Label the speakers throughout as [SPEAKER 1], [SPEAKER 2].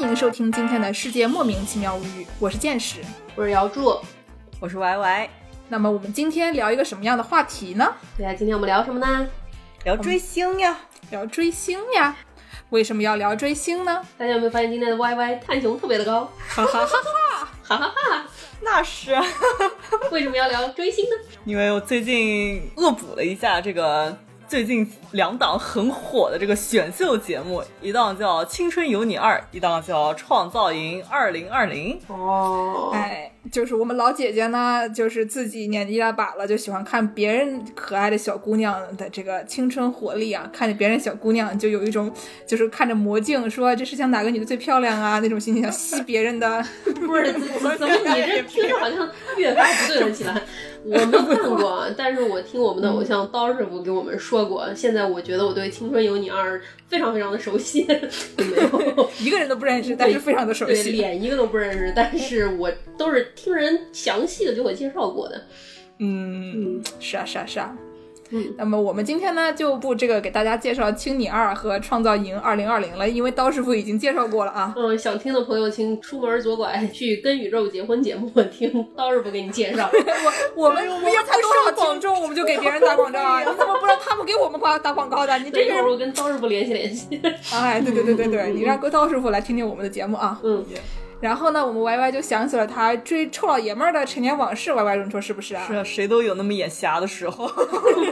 [SPEAKER 1] 迎收听今天的世界莫名其妙物语，我是见识。
[SPEAKER 2] 我是姚柱。
[SPEAKER 3] 我是 Y Y，
[SPEAKER 1] 那么我们今天聊一个什么样的话题呢？
[SPEAKER 2] 对啊，今天我们聊什么呢？
[SPEAKER 3] 聊追星呀，
[SPEAKER 1] 聊追星呀。为什么要聊追星呢？
[SPEAKER 2] 大家有没有发现今天的 YY 探熊特别的高？
[SPEAKER 1] 哈哈哈！
[SPEAKER 2] 哈哈哈！
[SPEAKER 3] 那是
[SPEAKER 2] 为什么要聊追星呢？
[SPEAKER 3] 因为我最近恶补了一下这个最近两档很火的这个选秀节目，一档叫《青春有你二》，一档叫《创造营二零二零》。
[SPEAKER 2] 哦
[SPEAKER 1] 哎，就是我们老姐姐呢，就是自己年纪大把了，就喜欢看别人可爱的小姑娘的这个青春活力啊，看着别人小姑娘就有一种就是看着魔镜说这世上哪个女的最漂亮啊那种心情，想吸别人的。
[SPEAKER 2] 不是，怎么 怎么你这听着好像越发不对了起来？我没看过 啊，但是我听我
[SPEAKER 1] 嗯
[SPEAKER 2] 们的偶像刀师傅给我们说过。现在我觉得我对《青春有你二》非常非常的熟悉，没有，
[SPEAKER 1] 一个人都不认识，但是非常的 熟
[SPEAKER 2] 对，
[SPEAKER 1] 悉。
[SPEAKER 2] 脸一个都不认识，但是我都是听人详细的给我介绍过的。
[SPEAKER 3] 嗯，
[SPEAKER 2] 嗯
[SPEAKER 1] 是啊，是啊，是啊。
[SPEAKER 2] 嗯，
[SPEAKER 1] 那么我们今天呢，就不这个给大家介绍《青你二》和《创造营二零二零》了，因为刀师傅已经介绍过了啊。
[SPEAKER 2] 嗯，想听的朋友请出门左拐去《跟宇宙结婚》节目听，刀师傅给你介绍。
[SPEAKER 1] 我
[SPEAKER 3] 哎
[SPEAKER 1] 我们我们才多少听众，我们就给别人打广告啊？你怎么不让他们给我们打打广告的？你
[SPEAKER 2] 对，
[SPEAKER 1] 这
[SPEAKER 2] 一
[SPEAKER 1] 个
[SPEAKER 2] 会儿
[SPEAKER 1] 人，
[SPEAKER 2] 我跟刀师傅联系联系。
[SPEAKER 1] 哎，对对对对
[SPEAKER 3] 嗯
[SPEAKER 1] 对，你让郭涛师傅来听听我们的节目啊。
[SPEAKER 2] 嗯，
[SPEAKER 1] 然后呢，我们 Y Y 就想起了他追臭老爷们儿的陈年往事，Y Y 你说是不是啊？
[SPEAKER 3] 是啊，谁都有那么眼瞎的时候。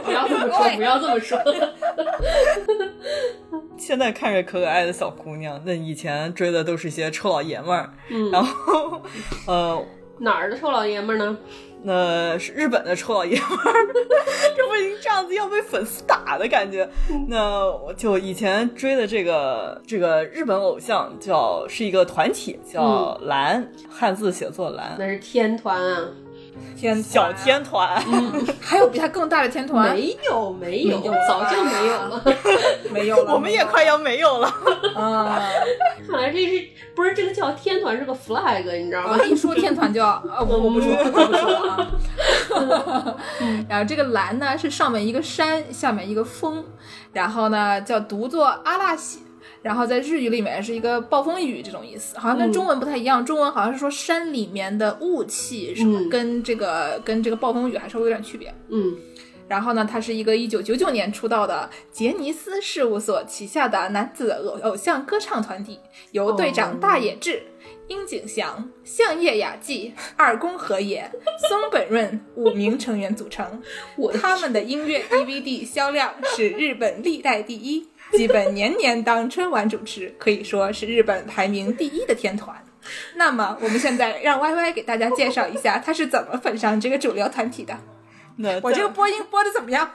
[SPEAKER 2] 不要这么说，不要这么说。
[SPEAKER 3] 现在看着可可爱的小姑娘，那以前追的都是一些臭老爷们儿。
[SPEAKER 2] 嗯
[SPEAKER 3] 然后，呃，
[SPEAKER 2] 哪儿的臭老爷们儿呢？
[SPEAKER 3] 那是日本的臭老爷们儿，这不已经这样子要被粉丝打的感觉。
[SPEAKER 1] 嗯
[SPEAKER 3] 那我就以前追的这个这个日本偶像叫是一个团体，叫
[SPEAKER 1] 嗯
[SPEAKER 3] 蓝，汉字写作蓝，
[SPEAKER 2] 那是天团啊！
[SPEAKER 1] 天
[SPEAKER 3] 小，天团。
[SPEAKER 1] 还有比他更大的天团？
[SPEAKER 2] 没有，没有
[SPEAKER 1] 啊没有，
[SPEAKER 2] 早就没有了。
[SPEAKER 1] 没有了，
[SPEAKER 3] 我们也快要没有了，
[SPEAKER 1] 啊。
[SPEAKER 2] 看来这是不是这个叫天团是个 flag，你知道吗
[SPEAKER 1] 啊，？一说天团就要 啊，我我不说，我不说了啊。 然后这个蓝呢是上面一个山，下面一个风，然后呢叫读作阿拉西。然后在日语里面是一个暴风雨这种意思，好像
[SPEAKER 2] 嗯
[SPEAKER 1] 跟中文不太一样。中文好像是说山里面的雾气，是
[SPEAKER 2] 嗯
[SPEAKER 1] 跟这个、跟这个暴风雨还稍微有点区别。
[SPEAKER 2] 嗯，
[SPEAKER 1] 然后呢，他是一个一九九九年出道的杰尼斯事务所旗下的男子偶偶像歌唱团体，由队长大野智、樱井翔、相叶雅纪、二宫和也、松本润五名成员组成。
[SPEAKER 2] 我
[SPEAKER 1] 他们的音乐 DVD 销量是日本历代第一，基本年年当春晚主持，可以说是日本排名第一的天团。那么，我们现在让 Y Y 给大家介绍一下他是怎么粉上这个主流团体的。
[SPEAKER 3] 那
[SPEAKER 1] 我这个播音播的怎么样？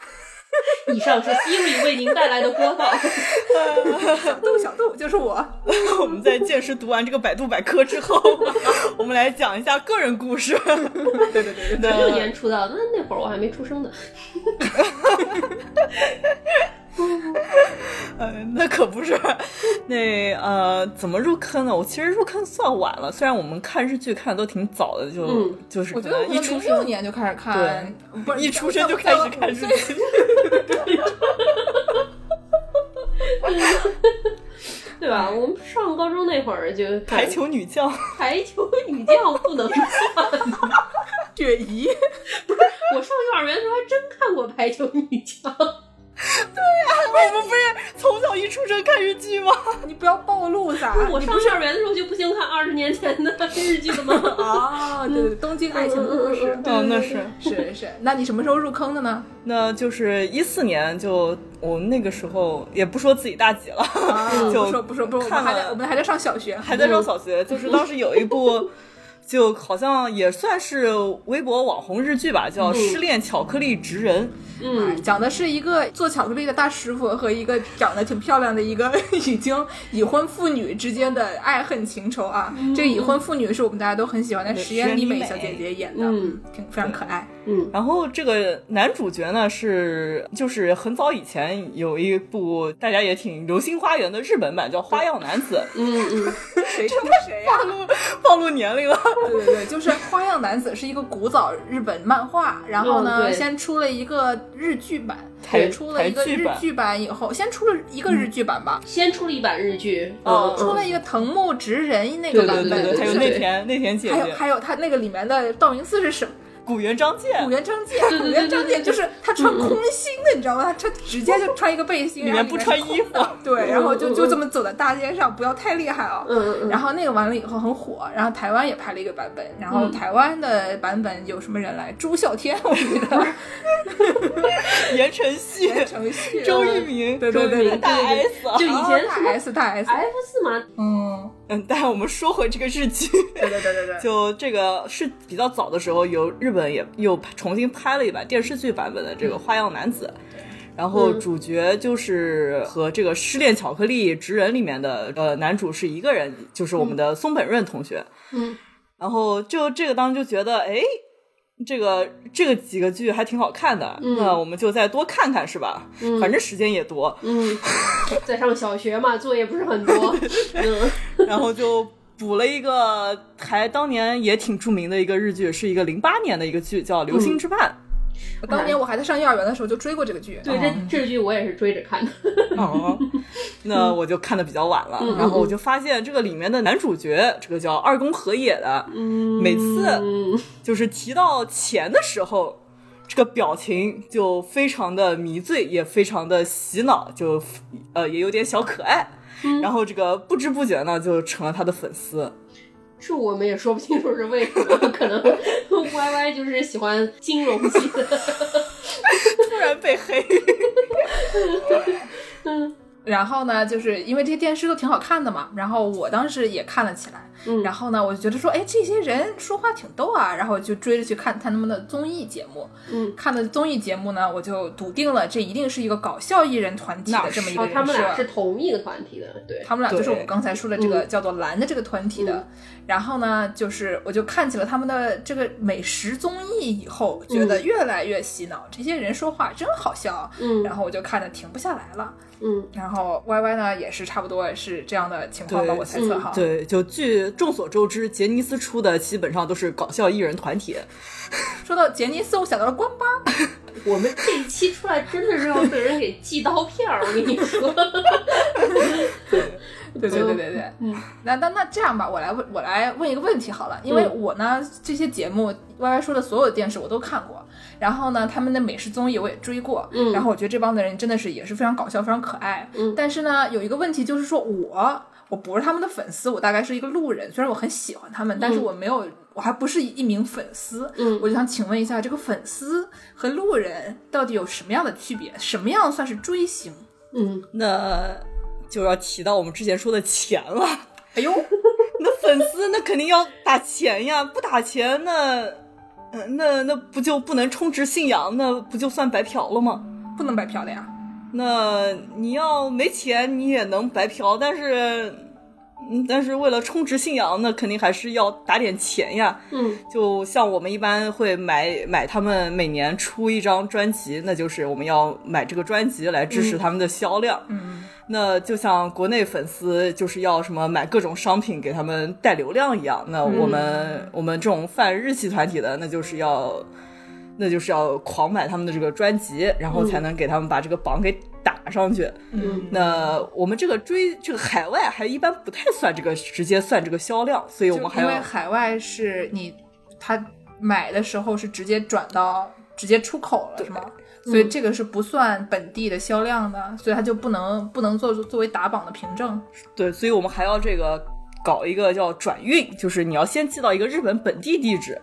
[SPEAKER 2] 以上是 Siri 为您带来的播报。
[SPEAKER 1] 小度，小度就是我。
[SPEAKER 3] 我们在见识读完这个百度百科之后， 我们来讲一下个人故事。
[SPEAKER 1] 对对对对，
[SPEAKER 3] 那
[SPEAKER 2] 九六年出道，那那会儿我还没出生呢。
[SPEAKER 3] 呃，那可不是。那呃，怎么入坑呢？我其实入坑算晚了，虽然我们看日剧看的都挺早的，就、
[SPEAKER 2] 嗯
[SPEAKER 3] 就是
[SPEAKER 1] 我
[SPEAKER 3] 可
[SPEAKER 1] 觉得
[SPEAKER 3] 能
[SPEAKER 1] 我
[SPEAKER 3] 一出
[SPEAKER 1] 零
[SPEAKER 3] 生
[SPEAKER 1] 六年就开始看，不是
[SPEAKER 3] 一出生就开始看日。 剧。
[SPEAKER 2] 对吧？我们上高中那会儿就
[SPEAKER 3] 排球女将，
[SPEAKER 2] 排球女将不能算。
[SPEAKER 1] 雪姨，
[SPEAKER 2] 我上幼儿园的时候还真看过排球女将，
[SPEAKER 1] 啊
[SPEAKER 3] 我们不是从小一出生看日剧吗？
[SPEAKER 1] 你不要暴露 噻！
[SPEAKER 2] 我
[SPEAKER 1] 你
[SPEAKER 2] 上
[SPEAKER 1] 不
[SPEAKER 2] 幼
[SPEAKER 1] 是
[SPEAKER 2] 儿园的时候就不兴看二十年前的 日剧了吗？
[SPEAKER 1] 啊？对对，对东京爱情故事
[SPEAKER 2] 嗯嗯嗯 嗯。
[SPEAKER 1] 对
[SPEAKER 3] 哦，那是。
[SPEAKER 1] 是是，那你什么时候入坑的呢？
[SPEAKER 3] 那就是一四年就，我那个时候也不说自己大几了，
[SPEAKER 1] 啊，
[SPEAKER 3] 就
[SPEAKER 1] 不说不说不说，我们
[SPEAKER 3] 看了
[SPEAKER 1] 还在我们还在上小学。
[SPEAKER 3] 还在上小学，就是当时有 一部，就好像也算是微博网红日剧吧，
[SPEAKER 1] 嗯
[SPEAKER 3] 叫《失恋巧克力职人》。
[SPEAKER 1] 哎
[SPEAKER 2] 嗯，
[SPEAKER 1] 讲的是一个做巧克力的大师傅和一个长得挺漂亮的一个 已经已婚妇女之间的爱恨情仇啊。这个已婚妇女是我们大家都很喜欢的石
[SPEAKER 3] 石
[SPEAKER 1] 原
[SPEAKER 3] 原
[SPEAKER 1] 里
[SPEAKER 3] 里
[SPEAKER 1] 美
[SPEAKER 3] 嗯美
[SPEAKER 1] 小姐姐演的，
[SPEAKER 2] 嗯
[SPEAKER 1] 挺非常可爱。
[SPEAKER 2] 嗯
[SPEAKER 3] 然后这个男主角呢是就是很早以前有一部大家也挺流星花园的日本版叫《花样男子
[SPEAKER 2] 嗯嗯，
[SPEAKER 1] 谁冲谁》，啊呀、
[SPEAKER 3] 暴露暴露年龄了。
[SPEAKER 1] 对对对，就是《花样男子》是一个古早日本漫画，然后
[SPEAKER 2] 嗯
[SPEAKER 1] 呢，
[SPEAKER 2] 对
[SPEAKER 1] 先出了一个日剧版，
[SPEAKER 3] 台
[SPEAKER 1] 也出了一个
[SPEAKER 3] 台剧
[SPEAKER 1] 日
[SPEAKER 3] 版
[SPEAKER 1] 剧版以后，先出了一个日剧版吧，
[SPEAKER 2] 先出了一版日剧，
[SPEAKER 1] 哦
[SPEAKER 2] 嗯，
[SPEAKER 1] 出了
[SPEAKER 2] 嗯
[SPEAKER 1] 一个藤木直人那个
[SPEAKER 2] 对
[SPEAKER 1] 版
[SPEAKER 3] 对
[SPEAKER 1] 本，
[SPEAKER 3] 对，还有
[SPEAKER 1] 就
[SPEAKER 3] 内
[SPEAKER 1] 是
[SPEAKER 3] 田内田姐
[SPEAKER 1] 还有
[SPEAKER 3] 姐，
[SPEAKER 1] 还有他那个里面的道明寺是什么？
[SPEAKER 3] 古原张
[SPEAKER 1] 古
[SPEAKER 3] 健
[SPEAKER 1] 原张介，
[SPEAKER 2] 对
[SPEAKER 1] 古原
[SPEAKER 2] 对
[SPEAKER 1] 张
[SPEAKER 2] 对
[SPEAKER 1] 介
[SPEAKER 2] 对
[SPEAKER 1] 就是他穿空心的，你知道吗？他穿直接就穿一个背心，
[SPEAKER 3] 里
[SPEAKER 1] 然后
[SPEAKER 3] 面不穿
[SPEAKER 1] 是
[SPEAKER 3] 衣服，
[SPEAKER 1] 对，然后
[SPEAKER 2] 嗯
[SPEAKER 1] 就
[SPEAKER 2] 嗯
[SPEAKER 1] 就这么走在大街上，不要太厉害哦。
[SPEAKER 2] 嗯嗯
[SPEAKER 1] 然后那个完了以后很火，然后台湾也拍了一个版本，然后
[SPEAKER 2] 嗯
[SPEAKER 1] 台湾的版本有什么人来？朱孝天，我记 得
[SPEAKER 3] 言承旭、
[SPEAKER 1] 言承旭，
[SPEAKER 3] 周渝民、
[SPEAKER 1] 对对对对
[SPEAKER 3] 大
[SPEAKER 2] 对
[SPEAKER 3] S 啊
[SPEAKER 2] 嗯，。就以前哎
[SPEAKER 1] 哦
[SPEAKER 2] 什
[SPEAKER 1] 大
[SPEAKER 2] 么
[SPEAKER 1] S 大 S，
[SPEAKER 2] F 四嘛，
[SPEAKER 1] 嗯，
[SPEAKER 3] 嗯，但是我们说回这个 日剧，
[SPEAKER 1] 对对对对对，
[SPEAKER 3] 就这个是比较早的时候，由日本也又重新拍了一版电视剧版本的这个《花样男子》。然后
[SPEAKER 2] 嗯
[SPEAKER 3] 主角就是和这个《失恋巧克力职人》里面的呃男主是一个人，就是我们的松本润同学。
[SPEAKER 2] 嗯，
[SPEAKER 3] 然后就这个当时就觉得，哎，这个这个几个剧还挺好看的，
[SPEAKER 2] 嗯
[SPEAKER 3] 那我们就再多看看是吧？
[SPEAKER 2] 嗯
[SPEAKER 3] 反正时间也多，
[SPEAKER 2] 嗯，在上小学嘛，作业不是 很多，嗯
[SPEAKER 3] 然后就补了一个还当年也挺著名的一个日剧，是一个零八年的一个剧叫《流星之绊
[SPEAKER 1] 我当年我还在上幼儿园的时候就追过这个剧，
[SPEAKER 2] 对，这这剧我也是追着看的，》
[SPEAKER 3] 哦，那我就看的比较晚了，
[SPEAKER 2] 嗯
[SPEAKER 3] 然后我就发现这个里面的男主角，这个叫二宫和也的，
[SPEAKER 2] 嗯，
[SPEAKER 3] 每次
[SPEAKER 2] 嗯
[SPEAKER 3] 就是提到钱的时候。这个表情就非常的迷醉，也非常的洗脑，就呃也有点小可爱。
[SPEAKER 2] 嗯
[SPEAKER 3] 然后这个不知不觉呢，就成了他的粉丝。
[SPEAKER 2] 这我们也说不清楚是为什么，可能 Y Y 就是喜欢金融系 的，
[SPEAKER 3] 突然被黑，
[SPEAKER 1] 然后呢，就是因为这些电视都挺好看的嘛，然后我当时也看了起来，
[SPEAKER 2] 嗯
[SPEAKER 1] 然后呢，我就觉得说，哎，这些人说话挺逗啊，然后就追着去看他们的综艺节目，
[SPEAKER 2] 嗯，
[SPEAKER 1] 看的综艺节目呢，我就笃定了这一定是一个搞笑艺人团体的
[SPEAKER 3] 那
[SPEAKER 1] 这么一个
[SPEAKER 2] 哦，
[SPEAKER 1] 人设，
[SPEAKER 2] 他们俩是同一个团体的， 对，
[SPEAKER 1] 他们俩就是我
[SPEAKER 3] 对嗯
[SPEAKER 1] 们刚才说的这个叫做蓝的这个团体的。然后呢，就是我就看起了他们的这个美食综艺以后，觉
[SPEAKER 3] 嗯
[SPEAKER 1] 得越来越洗脑，这些人说话真好笑，啊
[SPEAKER 2] 嗯
[SPEAKER 1] 然后我就看的停不下来了。
[SPEAKER 2] 嗯
[SPEAKER 1] 然后 Y Y 呢也是差不多是这样的情况吧，
[SPEAKER 3] 对嗯
[SPEAKER 1] 我猜测哈。
[SPEAKER 3] 对，就据众所周知，杰尼斯出的基本上都是搞笑艺人团体。
[SPEAKER 1] 说到杰尼斯，我想到了关八，
[SPEAKER 2] 我们这一期出来真的是要被人给寄刀片儿，我跟你说，
[SPEAKER 1] 对对对对对。
[SPEAKER 2] 嗯，
[SPEAKER 1] 那那那这样吧，我来问我来问一个问题好了，因为
[SPEAKER 2] 嗯
[SPEAKER 1] 我呢这些节目 Y Y 说的所有的电视我都看过，然后呢他们的美食综艺我也追过，
[SPEAKER 2] 嗯
[SPEAKER 1] 然后我觉得这帮的人真的是也是非常搞笑，非常可爱，
[SPEAKER 2] 嗯
[SPEAKER 1] 但是呢有一个问题就是说我。我不是他们的粉丝，我大概是一个路人。虽然我很喜欢他们，但是我没有，我还不是一名粉丝。
[SPEAKER 2] 嗯
[SPEAKER 1] 我就想请问一下，这个粉丝和路人到底有什么样的区别？什么样算是追星？
[SPEAKER 2] 嗯，
[SPEAKER 3] 那就要提到我们之前说的钱了。
[SPEAKER 1] 哎呦，
[SPEAKER 3] 那粉丝那肯定要打钱呀，不打钱那，呃那那不就不能充值信仰，那不就算白嫖了吗？
[SPEAKER 1] 不能白嫖的呀！
[SPEAKER 3] 那你要没钱你也能白嫖，但是，嗯但是为了充值信仰，那肯定还是要打点钱呀。
[SPEAKER 2] 嗯
[SPEAKER 3] 就像我们一般会买买他们每年出一张专辑，那就是我们要买这个专辑来支持他们的销量。
[SPEAKER 1] 嗯，
[SPEAKER 3] 那就像国内粉丝就是要什么买各种商品给他们带流量一样，那我们、
[SPEAKER 1] 嗯
[SPEAKER 3] 我们这种泛日系团体的，那就是要那就是要狂买他们的这个专辑，然后
[SPEAKER 1] 嗯
[SPEAKER 3] 才能给他们把这个榜给打上去。
[SPEAKER 2] 嗯
[SPEAKER 3] 那我们这个追这个海外还一般不太算这个直接算这个销量，所以我
[SPEAKER 1] 就
[SPEAKER 3] 们还
[SPEAKER 1] 因
[SPEAKER 3] 要
[SPEAKER 1] 为海外是你他买的时候是直接转到直接出口了，是吗？所
[SPEAKER 2] 嗯
[SPEAKER 1] 以这个是不算本地的销量的，所以它就不能不能做作为打榜的凭证。
[SPEAKER 3] 对，所以我们还要这个搞一个叫转运，就是你要先寄到一个日本本地地址，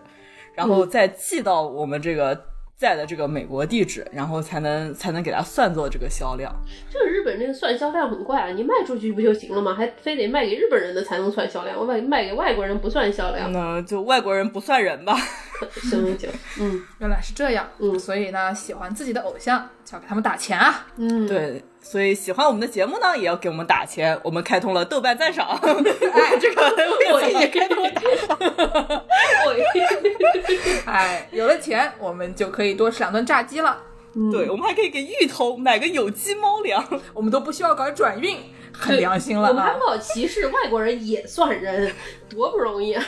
[SPEAKER 3] 然
[SPEAKER 2] 嗯
[SPEAKER 3] 后再寄到我们这个在的这个美国地址，然后才能才能给它算作这个销量。
[SPEAKER 2] 这个日本这个算销量很怪啊，你卖出去不就行了吗？还非得卖给日本人的才能算销量，我卖卖给外国人不算销量，
[SPEAKER 3] 那就外国人不算人吧？
[SPEAKER 2] 行行行，嗯
[SPEAKER 1] 原来是这样，
[SPEAKER 2] 嗯
[SPEAKER 1] 所以呢，喜欢自己的偶像就要给他们打钱 啊！
[SPEAKER 2] 嗯，
[SPEAKER 3] 对，所以喜欢我们的节目呢，也要给我们打钱。我们开通了豆瓣 赞赏，哎，这个
[SPEAKER 2] 我
[SPEAKER 3] 我
[SPEAKER 2] 也
[SPEAKER 3] 也开通了打赏。
[SPEAKER 2] 我也，
[SPEAKER 1] 哎，有了钱，我们就可以多吃两顿炸鸡了。
[SPEAKER 2] 嗯
[SPEAKER 3] 对，我们还可以给芋头买个有机猫粮。
[SPEAKER 1] 我们都不需要搞转运，很
[SPEAKER 2] 对
[SPEAKER 1] 良心了
[SPEAKER 2] 我们还
[SPEAKER 1] 啊！
[SPEAKER 2] 不好歧视外国人也算人，多不容易啊！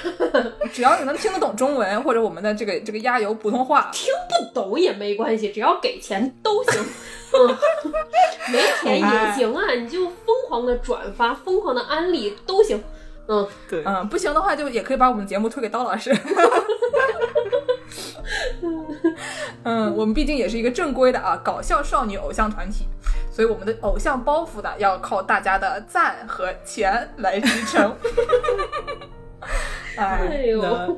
[SPEAKER 1] 只要你能听得懂中文或者我们的这个这个压油普通话，
[SPEAKER 2] 不懂也没关系，只要给钱都行。嗯，没钱也行啊，你就疯狂的转发，疯狂的安利都行。嗯，
[SPEAKER 3] 对，
[SPEAKER 1] 嗯，不行的话就也可以把我们节目推给刀老师。 嗯，我们毕竟也是一个正规的啊搞笑少女偶像团体，所以我们的偶像包袱呢要靠大家的赞和钱来支撑。 哎，
[SPEAKER 2] 哎呦
[SPEAKER 3] 那，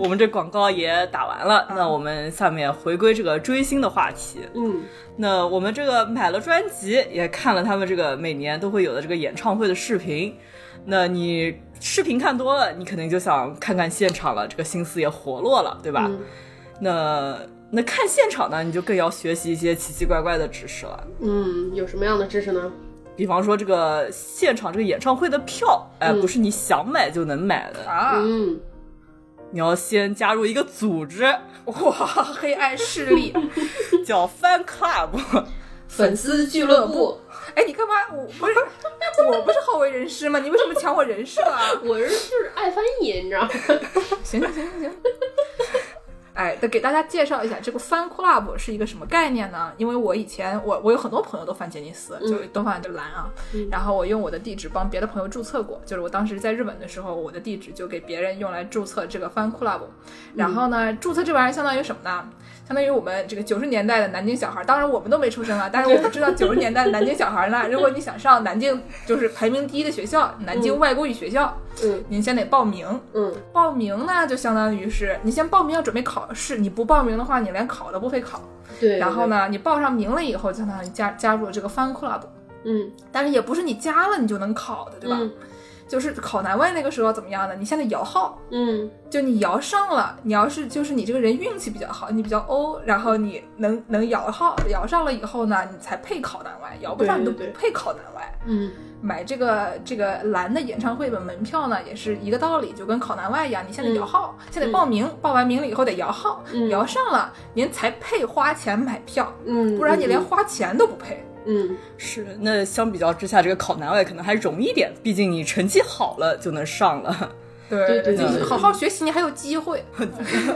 [SPEAKER 3] 我们这广告也打完了，那我们下面回归这个追星的话题。
[SPEAKER 2] 嗯，
[SPEAKER 3] 那我们这个买了专辑，也看了他们这个每年都会有的这个演唱会的视频。那你视频看多了，你肯定就想看看现场了，这个心思也活络了，对吧？
[SPEAKER 2] 嗯
[SPEAKER 3] 那那看现场呢，你就更要学习一些奇奇怪怪的知识了。
[SPEAKER 2] 嗯，有什么样的知识呢？
[SPEAKER 3] 比方说这个现场这个演唱会的票，哎、
[SPEAKER 2] 嗯
[SPEAKER 3] 不是你想买就能买的，
[SPEAKER 1] 啊，
[SPEAKER 2] 嗯，
[SPEAKER 3] 你要先加入一个 组织，
[SPEAKER 1] 哇，黑暗势力，
[SPEAKER 3] 叫 Fan Club。
[SPEAKER 1] 粉丝俱乐部。哎，你干嘛？我不是，我不是好为人师吗？你为什么抢我人设啊？
[SPEAKER 2] 我是就是爱翻译，你知道吗？
[SPEAKER 1] 行行行行 行。哎，得给大家介绍一下这个 fan club 是一个什么概念呢？因为我以前我我有很多朋友都翻杰尼斯，
[SPEAKER 2] 嗯
[SPEAKER 1] 就都翻这个蓝啊。
[SPEAKER 2] 嗯
[SPEAKER 1] 然后我用我的地址帮别的朋友注册过，就是我当时在日本的时候，我的地址就给别人用来注册这个 fan club。然后呢，
[SPEAKER 2] 嗯
[SPEAKER 1] 注册这玩意儿相当于什么呢？相当于我们这个九十年代的南京小孩儿，当然我们都没出生啊，但是我们知道九十年代的南京小孩儿 呢，如果你想上南京就是排名第一的学校，南京
[SPEAKER 2] 嗯
[SPEAKER 1] 外国语学校，
[SPEAKER 2] 嗯
[SPEAKER 1] 您先得报名。
[SPEAKER 2] 嗯
[SPEAKER 1] 报名呢，就相当于是你先报名要准备考试，你不报名的话，你连考都不会考。
[SPEAKER 2] 对。
[SPEAKER 1] 然后？呢，你报上名了以后，就相当于加加入了这个 fan club，
[SPEAKER 2] 嗯，
[SPEAKER 1] 但是也不是你加了你就能考的，对吧？
[SPEAKER 2] 嗯
[SPEAKER 1] 就是考南外那个时候怎么样呢？你现在摇号，
[SPEAKER 2] 嗯
[SPEAKER 1] 就你摇上了，你要是就是你这个人运气比较好，你比较欧，然后你能能摇号，摇上了以后呢，你才配考南外，摇不上你
[SPEAKER 2] 对
[SPEAKER 1] 都
[SPEAKER 2] 对
[SPEAKER 1] 不配考南外。
[SPEAKER 2] 嗯
[SPEAKER 1] 买这个这个蓝的演唱会的门票呢，也是一个道理，就跟考南外一样，你现在摇号，现在报名，报完名了以后得摇号，
[SPEAKER 2] 嗯
[SPEAKER 1] 摇上了您才配花钱买票，
[SPEAKER 2] 嗯，
[SPEAKER 1] 不然你连花钱都不配。
[SPEAKER 2] 嗯
[SPEAKER 3] 是，那相比较之下，这个考南外可能还容易点，毕竟你成绩好了就能上了。
[SPEAKER 1] 对
[SPEAKER 2] 对
[SPEAKER 1] 你
[SPEAKER 3] 对
[SPEAKER 1] 好好学习，你还有机会。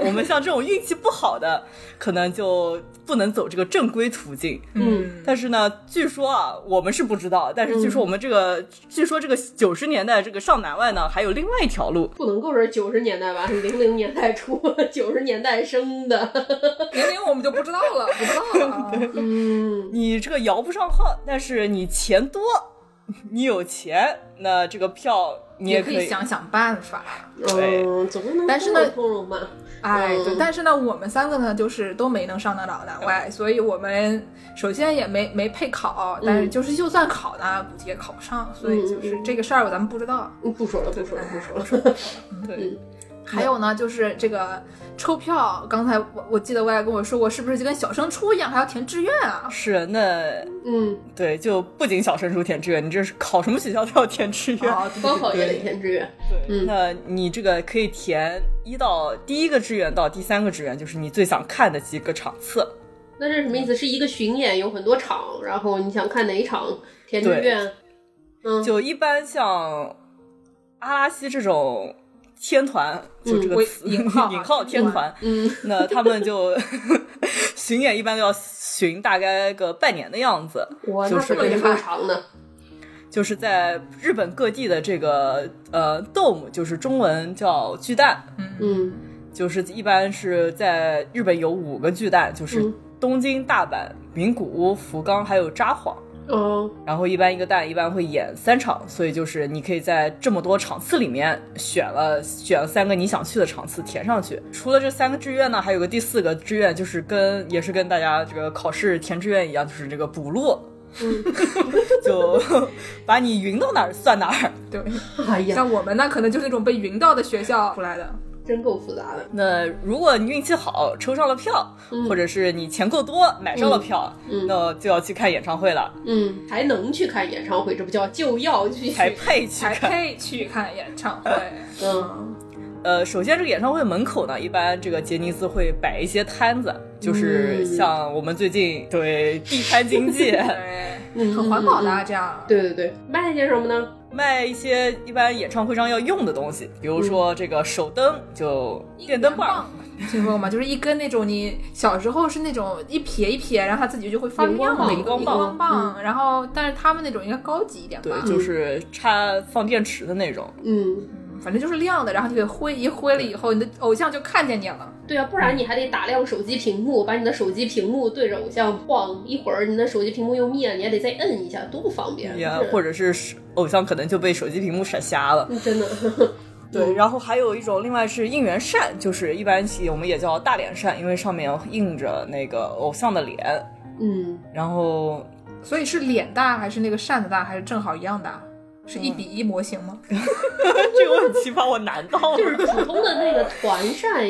[SPEAKER 3] 我们像这种运气不好的，可能就不能走这个正规途径。
[SPEAKER 2] 嗯
[SPEAKER 3] 但是呢，据说啊，我们是不知道，但是据说我们这个，据说这个九十年代这个上南外呢，还有另外一条路，
[SPEAKER 2] 不能够是九十年代吧？零零年代初，九十年代生的。
[SPEAKER 1] 年龄我们就不知道 了，不知道了啊。
[SPEAKER 2] 嗯
[SPEAKER 3] 你这个摇不上号，但是你钱多，你有钱，那这个票你
[SPEAKER 1] 也
[SPEAKER 3] 可
[SPEAKER 1] 可
[SPEAKER 3] 以
[SPEAKER 1] 以想想办法。
[SPEAKER 3] 对
[SPEAKER 2] 嗯，总能
[SPEAKER 1] 但是呢
[SPEAKER 2] 通融吧。
[SPEAKER 1] 哎，对，
[SPEAKER 2] 嗯
[SPEAKER 1] 但是呢，我们三个呢，就是都没能上得了南外，所以我们首先也没没配考，但是就是就算考呢，估计也考不上，所以就是
[SPEAKER 2] 嗯嗯嗯
[SPEAKER 1] 这个事儿咱们不知道。
[SPEAKER 2] 嗯不说了，不说了，不说了。
[SPEAKER 3] 对，
[SPEAKER 1] 还有呢，就是这个抽票，刚才我我记得我也跟我说过，是不是就跟小升初一样，还要填志愿 啊？
[SPEAKER 3] 是那
[SPEAKER 2] 嗯，
[SPEAKER 3] 对，就不仅小升初填志愿，你这是考什么学校都要填志愿。
[SPEAKER 1] 哦，对
[SPEAKER 2] 高考也得填志愿。
[SPEAKER 3] 对
[SPEAKER 2] 嗯
[SPEAKER 3] 那你这个可以填一到第一个志愿到第三个志愿，就是你最想看的几个场次。
[SPEAKER 2] 那这是什么意思？是一个巡演，有很多场，然后你想看哪一场，填志
[SPEAKER 3] 对
[SPEAKER 2] 愿。嗯，
[SPEAKER 3] 就一般像阿拉西这种天团，就这
[SPEAKER 1] 我
[SPEAKER 3] 个 词、
[SPEAKER 1] 引号啊
[SPEAKER 3] 引号天团，
[SPEAKER 2] 嗯
[SPEAKER 3] 那他们就 巡演一般都要巡大概个半年的样子，
[SPEAKER 2] 哇，
[SPEAKER 3] 就
[SPEAKER 2] 那
[SPEAKER 3] 是
[SPEAKER 2] 不能够长的。
[SPEAKER 3] 就是在日本各地的这个呃 dome，就是中文叫巨蛋，
[SPEAKER 2] 嗯
[SPEAKER 3] 就是一般是在日本有五个巨蛋，就是
[SPEAKER 2] 嗯
[SPEAKER 3] 东京、大阪、名古屋、福冈还有札幌。
[SPEAKER 2] 哦，
[SPEAKER 3] 然后一般一个蛋一般会演三场，所以就是你可以在这么多场次里面选了选了三个你想去的场次填上去。除了这三个志愿呢，还有个第四个志愿，就是跟也是跟大家这个考试填志愿一样，就是这个补录，
[SPEAKER 2] 嗯
[SPEAKER 3] 就 把你匀到哪儿算哪儿。
[SPEAKER 1] 对，
[SPEAKER 2] 哎 呀，
[SPEAKER 1] 像我们呢，可能就是那种被云到的学校出来的。
[SPEAKER 2] 真够复杂的。
[SPEAKER 3] 那如果你运气好抽上了票，
[SPEAKER 2] 嗯
[SPEAKER 3] 或者是你钱够多买上了票，
[SPEAKER 2] 嗯嗯
[SPEAKER 3] 那就要去看演唱会了，
[SPEAKER 2] 嗯，还能去看演唱会，这不叫就要去
[SPEAKER 3] 才
[SPEAKER 2] 去。
[SPEAKER 3] 配去
[SPEAKER 1] 才
[SPEAKER 3] 看。
[SPEAKER 1] 配去看演唱会。
[SPEAKER 2] 嗯
[SPEAKER 3] 呃，首先这个演唱会门口呢，一般这个杰尼斯会摆一些摊子，就是
[SPEAKER 2] 嗯
[SPEAKER 3] 像我们最近对地摊 经济
[SPEAKER 1] 对，很环保的啊，这样。
[SPEAKER 2] 嗯对对对，卖些什么呢？
[SPEAKER 3] 卖一些一般演唱会上要用的东西，比如说这个手灯，就电灯棒，
[SPEAKER 1] 听说过吗？就是一根那种你小时候是那种一撇一撇，然后它自己就会发
[SPEAKER 2] 荧光
[SPEAKER 1] 亮的
[SPEAKER 2] 棒嗯
[SPEAKER 1] 一个
[SPEAKER 2] 荧
[SPEAKER 1] 荧
[SPEAKER 2] 光
[SPEAKER 1] 光
[SPEAKER 2] 棒
[SPEAKER 1] 棒。然后，但是他们那种应该高级一点吧
[SPEAKER 3] 对，，就是插放电池的那种。
[SPEAKER 2] 嗯，
[SPEAKER 1] 嗯反正就是亮的，然后你给挥一挥了以后，你的偶像就看见你了。
[SPEAKER 2] 对啊，不然你还得打亮手机屏幕，把你的手机屏幕对着偶像晃，一会儿你的手机屏幕又灭，你还得再摁一下，多不方便。啊
[SPEAKER 3] 也
[SPEAKER 2] 是
[SPEAKER 3] 或者是偶像可能就被手机屏幕闪瞎了。
[SPEAKER 2] 嗯真的，
[SPEAKER 3] 对，然后还有一种，另外是应援扇，就是一般我们也叫大脸扇，因为上面印着那个偶像的脸。
[SPEAKER 2] 嗯，
[SPEAKER 3] 然后
[SPEAKER 1] 所以是脸大还是那个扇子大，还是正好一样大？是
[SPEAKER 3] 嗯
[SPEAKER 1] 一比一模型吗？
[SPEAKER 3] 这个问题把我难到
[SPEAKER 2] 就是
[SPEAKER 3] 了。
[SPEAKER 2] 普通的那个团扇，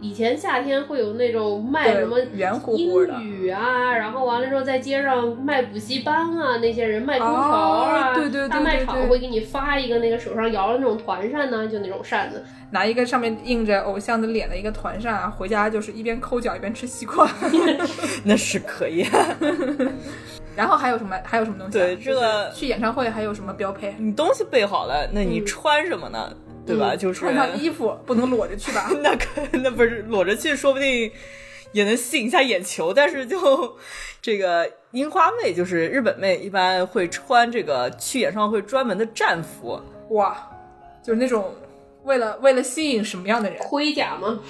[SPEAKER 2] 以前夏天会有那种卖
[SPEAKER 1] 对
[SPEAKER 2] 什么
[SPEAKER 1] 圆乎乎的
[SPEAKER 2] 英语啊，然后完了之后在街上卖补习班啊，那些人卖空调
[SPEAKER 1] 哦
[SPEAKER 2] 啊，
[SPEAKER 1] 对对对
[SPEAKER 2] 大卖
[SPEAKER 1] 对
[SPEAKER 2] 场
[SPEAKER 1] 对
[SPEAKER 2] 会给你发一个那个手上摇的那种团扇呢、就那种扇子，
[SPEAKER 1] 拿一个上面印着偶像的脸的一个团扇啊，回家就是一边抠脚一边吃西瓜。
[SPEAKER 3] 那是可以。
[SPEAKER 1] 然后还有什么？还有什么东西啊、
[SPEAKER 3] 对这 个
[SPEAKER 1] 去演唱会还有什么标配？
[SPEAKER 3] 你东西备好了，那你
[SPEAKER 2] 嗯
[SPEAKER 3] 穿什么呢？对吧？
[SPEAKER 2] 嗯
[SPEAKER 3] 就是
[SPEAKER 1] 穿上衣服不能裸着去吧？
[SPEAKER 3] 那可那不是裸着去，说不定也能吸引一下眼球。但是就这个樱花妹，就是日本妹，一般会穿这个去演唱会专门的战服。
[SPEAKER 1] 哇，就是那种为了为了吸引什么样的 人？
[SPEAKER 2] 盔甲嘛，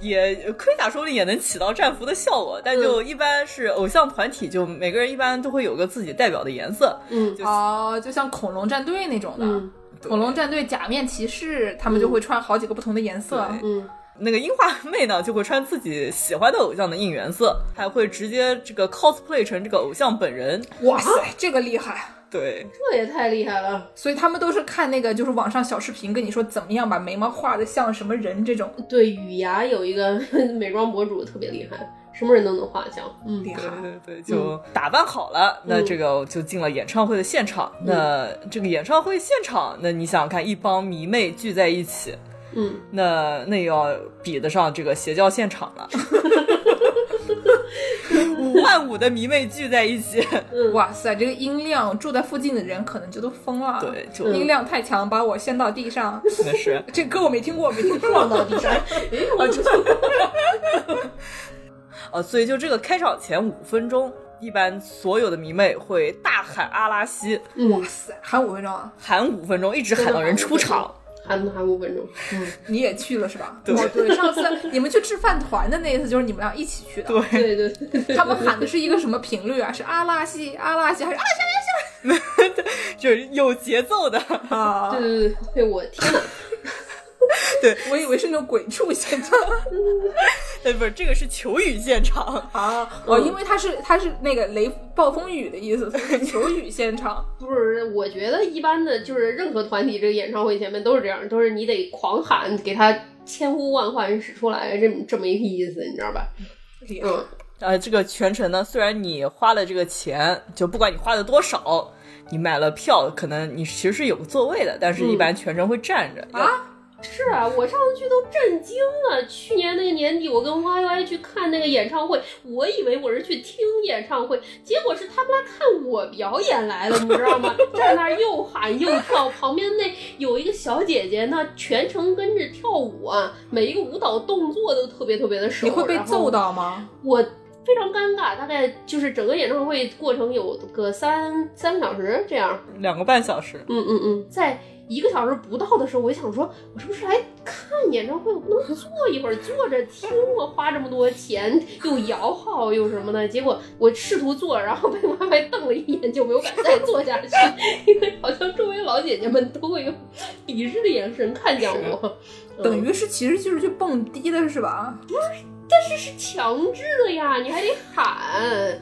[SPEAKER 3] 也盔甲说不定也能起到战服的效果，但就一般是偶像团体，就每个人一般都会有个自己代表的颜色。
[SPEAKER 2] 嗯
[SPEAKER 3] 就
[SPEAKER 1] 哦，就像恐龙战队那种的。
[SPEAKER 2] 嗯
[SPEAKER 1] 恐龙战队假面骑士，他们就会穿好几个不同的颜色。
[SPEAKER 3] 嗯对
[SPEAKER 2] 嗯，
[SPEAKER 3] 那个樱花妹呢，就会穿自己喜欢的偶像的应援色，还会直接这个 cosplay 成这个偶像本人。
[SPEAKER 1] 哇塞，这个厉害！
[SPEAKER 3] 对，
[SPEAKER 2] 这也太厉害了。
[SPEAKER 1] 所以他们都是看那个，就是网上小视频，跟你说怎么样把眉毛画的像什么人这种。
[SPEAKER 2] 对，雨牙有一个 美妆博主特别厉害，什么人都能画像，嗯
[SPEAKER 1] 厉害
[SPEAKER 3] 对对对，就打扮好了，那这个就进了演唱会的现场。那这个演唱会现场，那你想想看，一帮迷妹聚在一起，
[SPEAKER 2] 嗯，
[SPEAKER 3] 那那要比得上这个邪教现场了。五万五的迷妹聚在一起，
[SPEAKER 1] 哇塞，这个音量，住在附近的人可能就都疯了。
[SPEAKER 3] 对，，就
[SPEAKER 1] 音量太强，把我掀到地 上。
[SPEAKER 3] 那是
[SPEAKER 1] 这歌我没听过，我没听
[SPEAKER 2] 撞
[SPEAKER 1] 过。
[SPEAKER 2] 到地上，哎，我就
[SPEAKER 3] 呃，所以就这个开场前五分钟，一般所有的迷妹会大喊阿拉西，
[SPEAKER 2] 嗯
[SPEAKER 1] 哇塞，喊五分钟啊！
[SPEAKER 3] 喊五分钟，一直喊到人出场。
[SPEAKER 2] 喊喊五分钟， 嗯，
[SPEAKER 1] 你也去了是吧？
[SPEAKER 3] 对
[SPEAKER 1] 哦，对，上次你们去吃饭团的那一次，就是你们俩一起去的。
[SPEAKER 3] 对，
[SPEAKER 2] 对对对对，
[SPEAKER 1] 他们喊的是一个什么频率啊？是阿拉西阿拉西还是阿拉
[SPEAKER 3] 就是有节奏的。
[SPEAKER 1] 西啊？
[SPEAKER 2] 对对对对，我天哪，
[SPEAKER 1] 我以为是那种鬼畜现场
[SPEAKER 3] 哎，不是，这个是求雨现场。
[SPEAKER 1] 啊！哦，因为它是它是那个雷暴风雨的意思，所以 是求雨现场。
[SPEAKER 2] 不是，我觉得一般的就是任何团体这个演唱会前面都是这样，都是你得狂喊，给他千呼万唤使出来，这么这么一个意思，你知道吧？
[SPEAKER 1] 厉害
[SPEAKER 2] 嗯，
[SPEAKER 3] 呃，这个全程呢，虽然你花了这个钱，就不管你花了多少，你买了票，可能你其实是有个座位的，但是一般全程会站着。
[SPEAKER 1] 啊
[SPEAKER 2] 是啊，我上次去都震惊了。去年那个年底，我跟 YY 去看那个演唱会，我以为我是去听演唱会，结果是他们来看我表演来了，你知道吗？站那儿又喊又跳，旁边那有一个小姐姐，那全程跟着跳舞啊，每一个舞蹈动作都特别特别的熟。
[SPEAKER 1] 你会被
[SPEAKER 2] 然后
[SPEAKER 1] 揍到吗？
[SPEAKER 2] 我非常尴尬，大概就是整个演唱会过程有个三三个小时这样。
[SPEAKER 3] 两个半小时，
[SPEAKER 2] 嗯嗯嗯，在一个小时不到的时候，我就想说，我是不是来看演唱会？我能坐一会儿，坐着听吗？花这么多钱，又摇号又什么的，结果我试图坐，然后被 YY 瞪了一眼，就没有敢 再坐下去，因为好像周围老姐姐们都会用鄙视的眼神看向我。嗯
[SPEAKER 1] 等于是其实就是去蹦迪的是吧？
[SPEAKER 2] 这是强制的呀，你还得喊。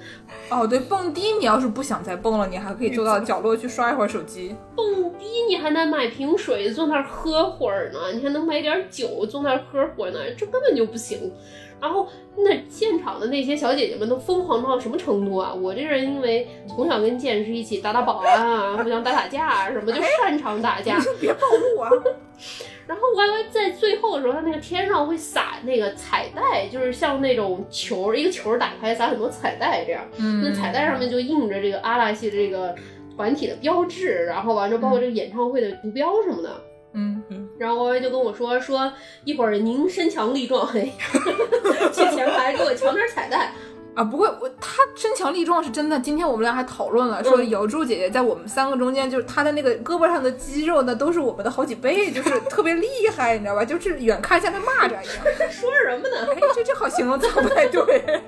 [SPEAKER 1] 哦，对，蹦迪你要是不想再蹦了，你还可以坐到角落去刷一会儿手机。
[SPEAKER 2] 蹦迪你还能买瓶水坐那儿喝会儿呢，你还能买点酒坐那儿喝会儿呢，这根本就不行。然后那现场的那些小姐姐们都疯狂到什么程度啊？我这人因为从小跟剑士一起打打保安啊，互相打打架啊什么，就擅长打架
[SPEAKER 1] 你。就 别暴露啊！
[SPEAKER 2] 然后 Y Y 在最后的时候，他那个天上会撒那个彩带，就是像那种球，一个球打开撒很多彩带这样。
[SPEAKER 1] 嗯
[SPEAKER 2] 那彩带上面就印着这个阿拉西这个团体的标志，然后完了包括这个演唱会的图标什么的。
[SPEAKER 1] 嗯，
[SPEAKER 2] 然后 Y Y 就跟我说说一会儿您身强力壮，嘿，去前排给我抢点彩带。
[SPEAKER 1] 啊，不过我他身强力壮是真的。今天我们俩还讨论了，说姚柱姐姐在我们三个中间，就是她的那个胳膊上的肌肉呢，都是我们的好几倍，就是特别厉害，你知道吧？就是远看像个蚂蚱一样。
[SPEAKER 2] 说什么呢？
[SPEAKER 1] 哎，这这好形容词不太对。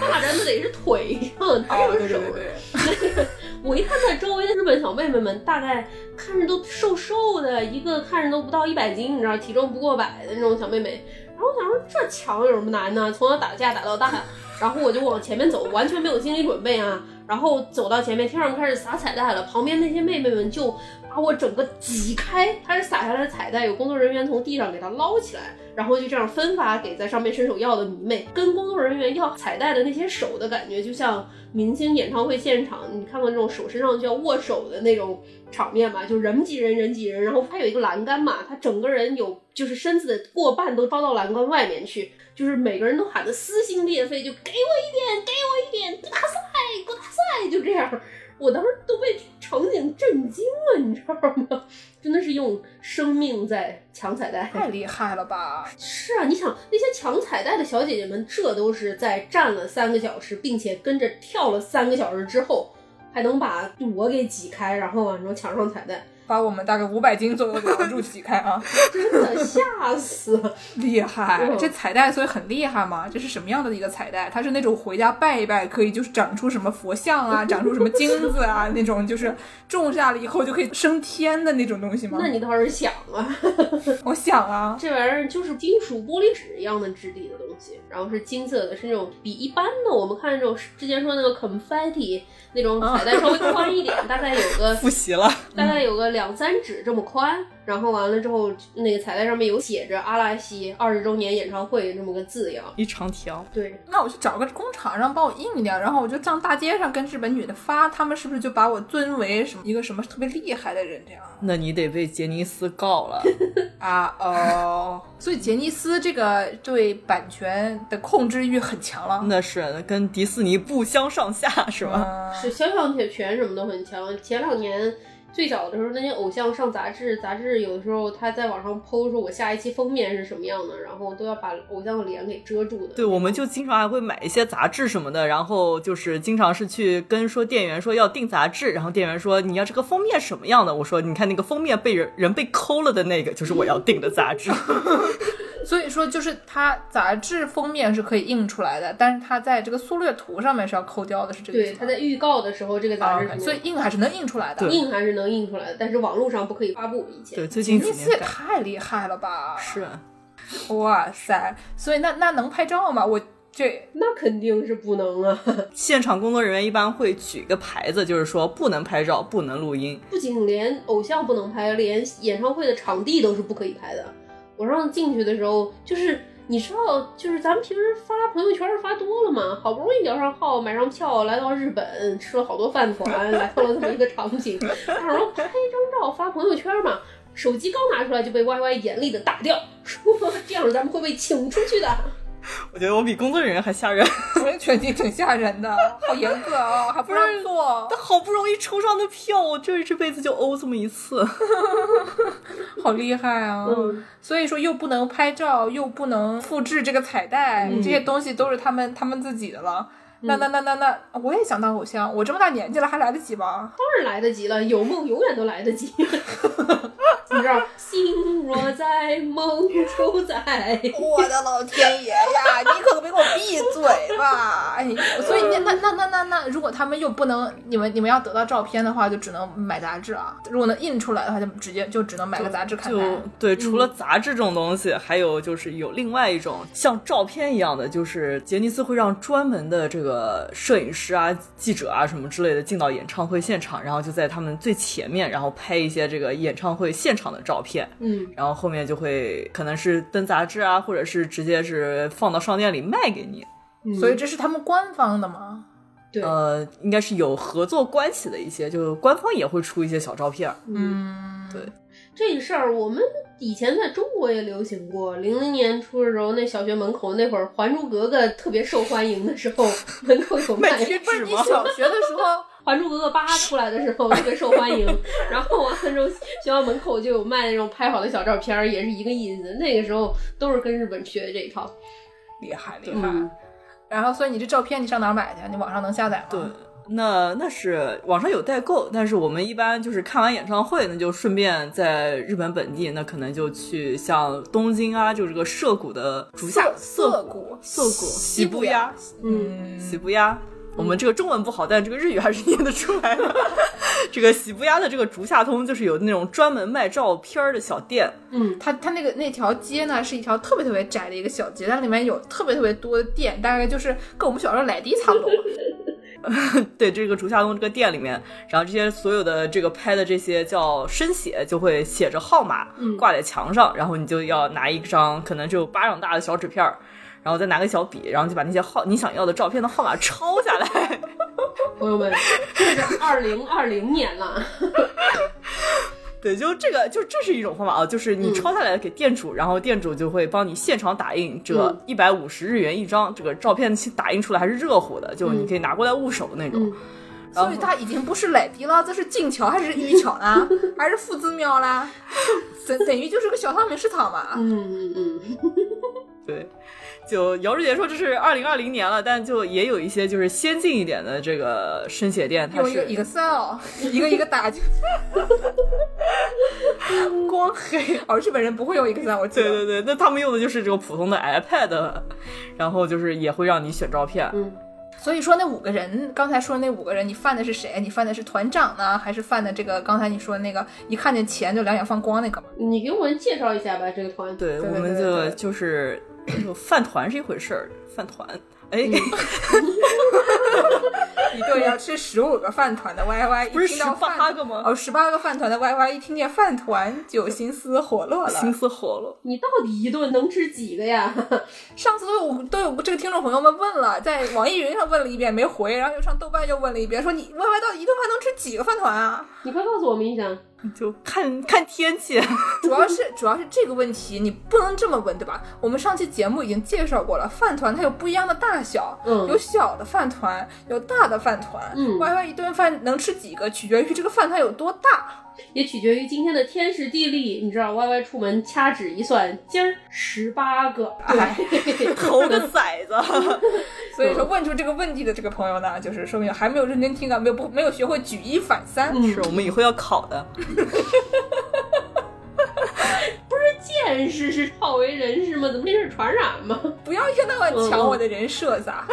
[SPEAKER 2] 大战那得是腿上，哪有手？
[SPEAKER 1] 哦对，
[SPEAKER 2] 我一看他周围的日本小妹妹们，大概看着都瘦瘦的，一个看着都不到一百斤，你知道，体重不过百的那种小妹妹。然后我想说，这强有什么难呢？从小打架打到大，然后我就往前面走，完全没有心理准备啊。然后走到前面，天上开始撒彩带了，旁边那些妹妹们就把我整个挤开，开始撒下来的彩带，有工作人员从地上给它捞起来，然后就这样分发给在上面伸手要的迷妹，跟工作人员要彩带的那些手的感觉，就像明星演唱会现场，你看过那种手伸上去要握手的那种场面嘛？就人挤人，人挤人，然后他有一个栏杆嘛，他整个人有就是身子的过半都包到栏杆外面去，就是每个人都喊得撕心裂肺，就给我一点，给我一点，给他赛，给他赛，就这样。 我当时都被场景震惊了，你知道吗？真的是用生命在抢彩带。
[SPEAKER 1] 太厉害了吧？
[SPEAKER 2] 是啊，你想那些抢彩带的小姐姐们，这都是在站了三个小时，并且跟着跳了三个小时之后，还能把我给挤开，然后完之后抢上彩带，
[SPEAKER 1] 把我们大概五百斤左右的姚柱挤开 啊！
[SPEAKER 2] 真的吓死了！
[SPEAKER 1] 厉害
[SPEAKER 2] 嗯，
[SPEAKER 1] 这彩带所以很厉害嘛？这是什么样的一个彩带？它是那种回家拜一拜可以就是长出什么佛像 啊，长出什么金子啊那种，就是种下了以后就可以升天的那种东西吗？
[SPEAKER 2] 那你倒是想啊，
[SPEAKER 1] 我想啊，
[SPEAKER 2] 这玩意儿就是金属玻璃纸一样的质地的东西，然后是金色的，是那种比一般的我们看这种之前说那个 confetti 那种彩带稍微宽一点，大概有个
[SPEAKER 3] 复习了，
[SPEAKER 2] 大概有个两三指这么宽，然后完了之后，那个彩带上面有写着阿拉西二十周年演唱会这么个字样。
[SPEAKER 3] 一长条。
[SPEAKER 2] 对，
[SPEAKER 1] 那我去找个工厂让帮我印一点，然后我就上大街上跟日本女的发，他们是不是就把我尊为什么一个什么特别厉害的人这样？
[SPEAKER 3] 那你得被杰尼斯告了，
[SPEAKER 1] 啊哦， 所以杰尼斯这个对版权的控制欲很强
[SPEAKER 2] 嗯
[SPEAKER 1] 了。
[SPEAKER 3] 那是跟迪士尼不相上下，是吧？
[SPEAKER 1] 嗯
[SPEAKER 2] 是肖像铁拳什么都很强。前两年最早的时候，那些偶像上杂志，杂志有的时候他在网上 PO 说我下一期封面是什么样的，然后都要把偶像的脸给遮住的。
[SPEAKER 3] 对，我们就经常还会买一些杂志什么的，然后就是经常是去跟说店员说要订杂志，然后店员说你要这个封面什么样的，我说你看那个封面被人人被抠了的那个就是我要订的杂 志，
[SPEAKER 2] 嗯
[SPEAKER 1] 所以说，就是它杂志封面是可以印出来的，但是它在这个缩略图上面是要抠掉的，是这个意
[SPEAKER 2] 对，
[SPEAKER 1] 思
[SPEAKER 2] 他
[SPEAKER 1] 吗。
[SPEAKER 2] 在预告的时候，这个
[SPEAKER 1] 啊
[SPEAKER 2] 杂志
[SPEAKER 1] ，OK，
[SPEAKER 2] 上
[SPEAKER 1] 所以印还是能印出来的。
[SPEAKER 3] 对
[SPEAKER 2] 印还是能印出来的，但是网络上不可以发布。以前
[SPEAKER 3] 对，最
[SPEAKER 1] 杰
[SPEAKER 3] 近
[SPEAKER 1] 尼
[SPEAKER 3] 几
[SPEAKER 1] 斯也
[SPEAKER 3] 年改
[SPEAKER 1] 太厉害了吧！
[SPEAKER 3] 是
[SPEAKER 1] 哇塞，所以那那能拍照吗？我这
[SPEAKER 2] 那肯定是不能啊。
[SPEAKER 3] 现场工作人员一般会举一个牌子，就是说不能拍照，不能录音，
[SPEAKER 2] 不仅连偶像不能拍，连演唱会的场地都是不可以拍的。我让进去的时候，就是你知道，就是咱们平时发朋友圈发多了嘛，好不容易摇上号，买上票，来到日本，吃了好多饭团，来到了这么一个场景，然后拍一张照发朋友圈嘛。手机刚拿出来就被 Y Y 严厉的打掉，说这样咱们会被请出去的。
[SPEAKER 3] 我觉得我比工作人员还吓人，
[SPEAKER 1] 我这拳击挺吓人的，好严格啊、还不让做，
[SPEAKER 3] 他好不容易抽上的票，我这这辈子就欧这么一次，
[SPEAKER 1] 好厉害啊！
[SPEAKER 2] 嗯，
[SPEAKER 1] 所以说又不能拍照，又不能复制这个彩带，
[SPEAKER 3] 嗯
[SPEAKER 1] 这些东西都是他们他们自己的了。那那那那那，我也想当偶像，我这么大年纪了还来得及吗？
[SPEAKER 2] 当然来得及了，有梦永远都来得及。你知道，心若在，呆萌狗仔。
[SPEAKER 1] 我的老天爷呀！你可别给我闭嘴吧！ 哎，所以那那那那那那，如果他们又不能，你们你们要得到照片的话，就只能买杂志啊。如果能印出来的话，就直接就只能买个杂志看
[SPEAKER 3] 就嗯
[SPEAKER 1] 看。
[SPEAKER 3] 对，除了杂志这种东西，还有就是有另外一种像照片一样的，就是杰尼斯会让专门的这个摄影师啊、记者啊什么之类的进到演唱会现场，然后就在他们最前面，然后拍一些这个演唱会现场的照片，
[SPEAKER 2] 嗯，
[SPEAKER 3] 然后后面就会可能是登杂志啊，或者是直接是放到商店里卖给你。
[SPEAKER 2] 嗯
[SPEAKER 1] 所以这是他们官方的吗？
[SPEAKER 2] 对，
[SPEAKER 3] 呃，应该是有合作关系的一些，就官方也会出一些小照片儿。
[SPEAKER 2] 嗯，
[SPEAKER 1] 嗯，
[SPEAKER 3] 对
[SPEAKER 2] 这事儿我们以前在中国也流行过。零零年初的时候，那小学门口那会儿《还珠格格》特别受欢迎的时候，门口有卖
[SPEAKER 3] 贴
[SPEAKER 1] 不是
[SPEAKER 3] 纸
[SPEAKER 1] 你
[SPEAKER 3] 吗？
[SPEAKER 1] 小学的时候，
[SPEAKER 2] 《还珠格格八》出来的时候特别受欢迎，然后完了之后，学校门口就有卖那种拍好的小照片儿，也是一个意思。那个时候都是跟日本学这一套。
[SPEAKER 3] 厉害厉
[SPEAKER 1] 对吧
[SPEAKER 2] 嗯
[SPEAKER 1] 然后所以你这照片你上哪儿买去？你网上能下载吗？
[SPEAKER 3] 对，那那是网上有代购，但是我们一般就是看完演唱会，那就顺便在日本本地，那可能就去像东京啊，就这个涩谷的竹下
[SPEAKER 1] 涩
[SPEAKER 3] 涩
[SPEAKER 1] 涩
[SPEAKER 3] 谷
[SPEAKER 1] 谷，
[SPEAKER 3] 涩谷
[SPEAKER 1] 西
[SPEAKER 3] 西
[SPEAKER 1] 部
[SPEAKER 3] 部
[SPEAKER 1] 呀
[SPEAKER 3] 呀，
[SPEAKER 1] 嗯，
[SPEAKER 3] 喜不鸭。我们这个中文不好，但这个日语还是念 得出来的。这个喜不鸭的这个竹下通，就是有那种专门卖照片儿的小店，
[SPEAKER 2] 嗯，
[SPEAKER 1] 它它那个那条街呢，是一条特别特别窄的一个小街，它里面有特别特别多的店，大概就是跟我们小时候奶迪差 不多。
[SPEAKER 3] 对这个竹下通这个店里面，然后这些所有的这个拍的这些叫深写，就会写着号码
[SPEAKER 2] 嗯
[SPEAKER 3] 挂在墙上，然后你就要拿一张可能只有巴掌大的小纸片儿，然后再拿个小笔，然后就把那些号你想要的照片的号码抄下来。
[SPEAKER 2] 朋友们，这是二零二零年了。
[SPEAKER 3] 对，就这个就这是一种方法啊，就是
[SPEAKER 2] 嗯
[SPEAKER 3] 你抄下来给店主，然后店主就会帮你现场打印这
[SPEAKER 2] 嗯
[SPEAKER 3] 一百五十日元一张，这个照片其实打印出来还是热乎的，就你可以拿过来捂手那种。
[SPEAKER 2] 嗯
[SPEAKER 1] 所以它已经不是奶迪了，这是静桥还是玉桥 呢？还是父子庙啦？等等于就是个小商品市场嘛。
[SPEAKER 2] 嗯嗯嗯，
[SPEAKER 3] 对，就姚志杰说这是二零二零年了，但就也有一些就是先进一点的这个生写店，它
[SPEAKER 1] 用一个
[SPEAKER 3] 是
[SPEAKER 1] Excel 一个一个 打， 光黑哦，日本人不会用 Excel，我记
[SPEAKER 3] 对
[SPEAKER 1] 得。
[SPEAKER 3] 对对，那他们用的就是这个普通的 iPad，然后就是也会让你选照片。
[SPEAKER 2] 嗯
[SPEAKER 1] 所以说那五个人，刚才说那五个人，你犯的是谁？你犯的是团长呢，还是犯的这个刚才你说那个一看见钱就两眼放光那哥们儿？
[SPEAKER 2] 嗯你给我们介绍一下吧，这个团。
[SPEAKER 3] 对，
[SPEAKER 1] 对
[SPEAKER 3] 我们
[SPEAKER 1] 对
[SPEAKER 3] 就
[SPEAKER 1] 对
[SPEAKER 3] 就是就饭团是一回事儿，饭团。哎，
[SPEAKER 1] 嗯一个要吃十五个饭团的 YY，
[SPEAKER 3] 不是
[SPEAKER 1] 一听到
[SPEAKER 3] 18
[SPEAKER 1] 饭
[SPEAKER 3] 个 吗
[SPEAKER 1] 哦，十八个饭团的 YY 一听见饭团就心思活络
[SPEAKER 3] 心
[SPEAKER 1] 了。
[SPEAKER 3] 思活了。
[SPEAKER 2] 你到底一顿能吃几个呀？
[SPEAKER 1] 上次都有都有这个听众朋友们问了，在网易云上问了一遍没回，然后又上豆瓣又问了一遍，说你 YY 到底一顿饭能吃几个饭团啊？
[SPEAKER 2] 你快告诉我们一下。
[SPEAKER 3] 就看看天 气，
[SPEAKER 1] 主要是主要是这个问题，你不能这么问，对吧？我们上期节目已经介绍过了，饭团它有不一样的大小，
[SPEAKER 2] 嗯
[SPEAKER 1] 有小的饭团，有大的饭团，
[SPEAKER 2] 嗯
[SPEAKER 1] y Y 一顿饭能吃几个，取决于这个饭团有多大。
[SPEAKER 2] 也取决于今天的天时地利。你知道，Y Y 出门掐指一算，今儿十八个，啊对，
[SPEAKER 3] 投个骰子。
[SPEAKER 1] 所以说，问出这个问题的这个朋友呢，就是说明还没有认真听啊，没有不没有学会举一反三。
[SPEAKER 3] 是我们以后要考的。
[SPEAKER 2] 见识是好为人师吗？怎么这是传染吗？
[SPEAKER 1] 不要一天到晚抢我的人设撒。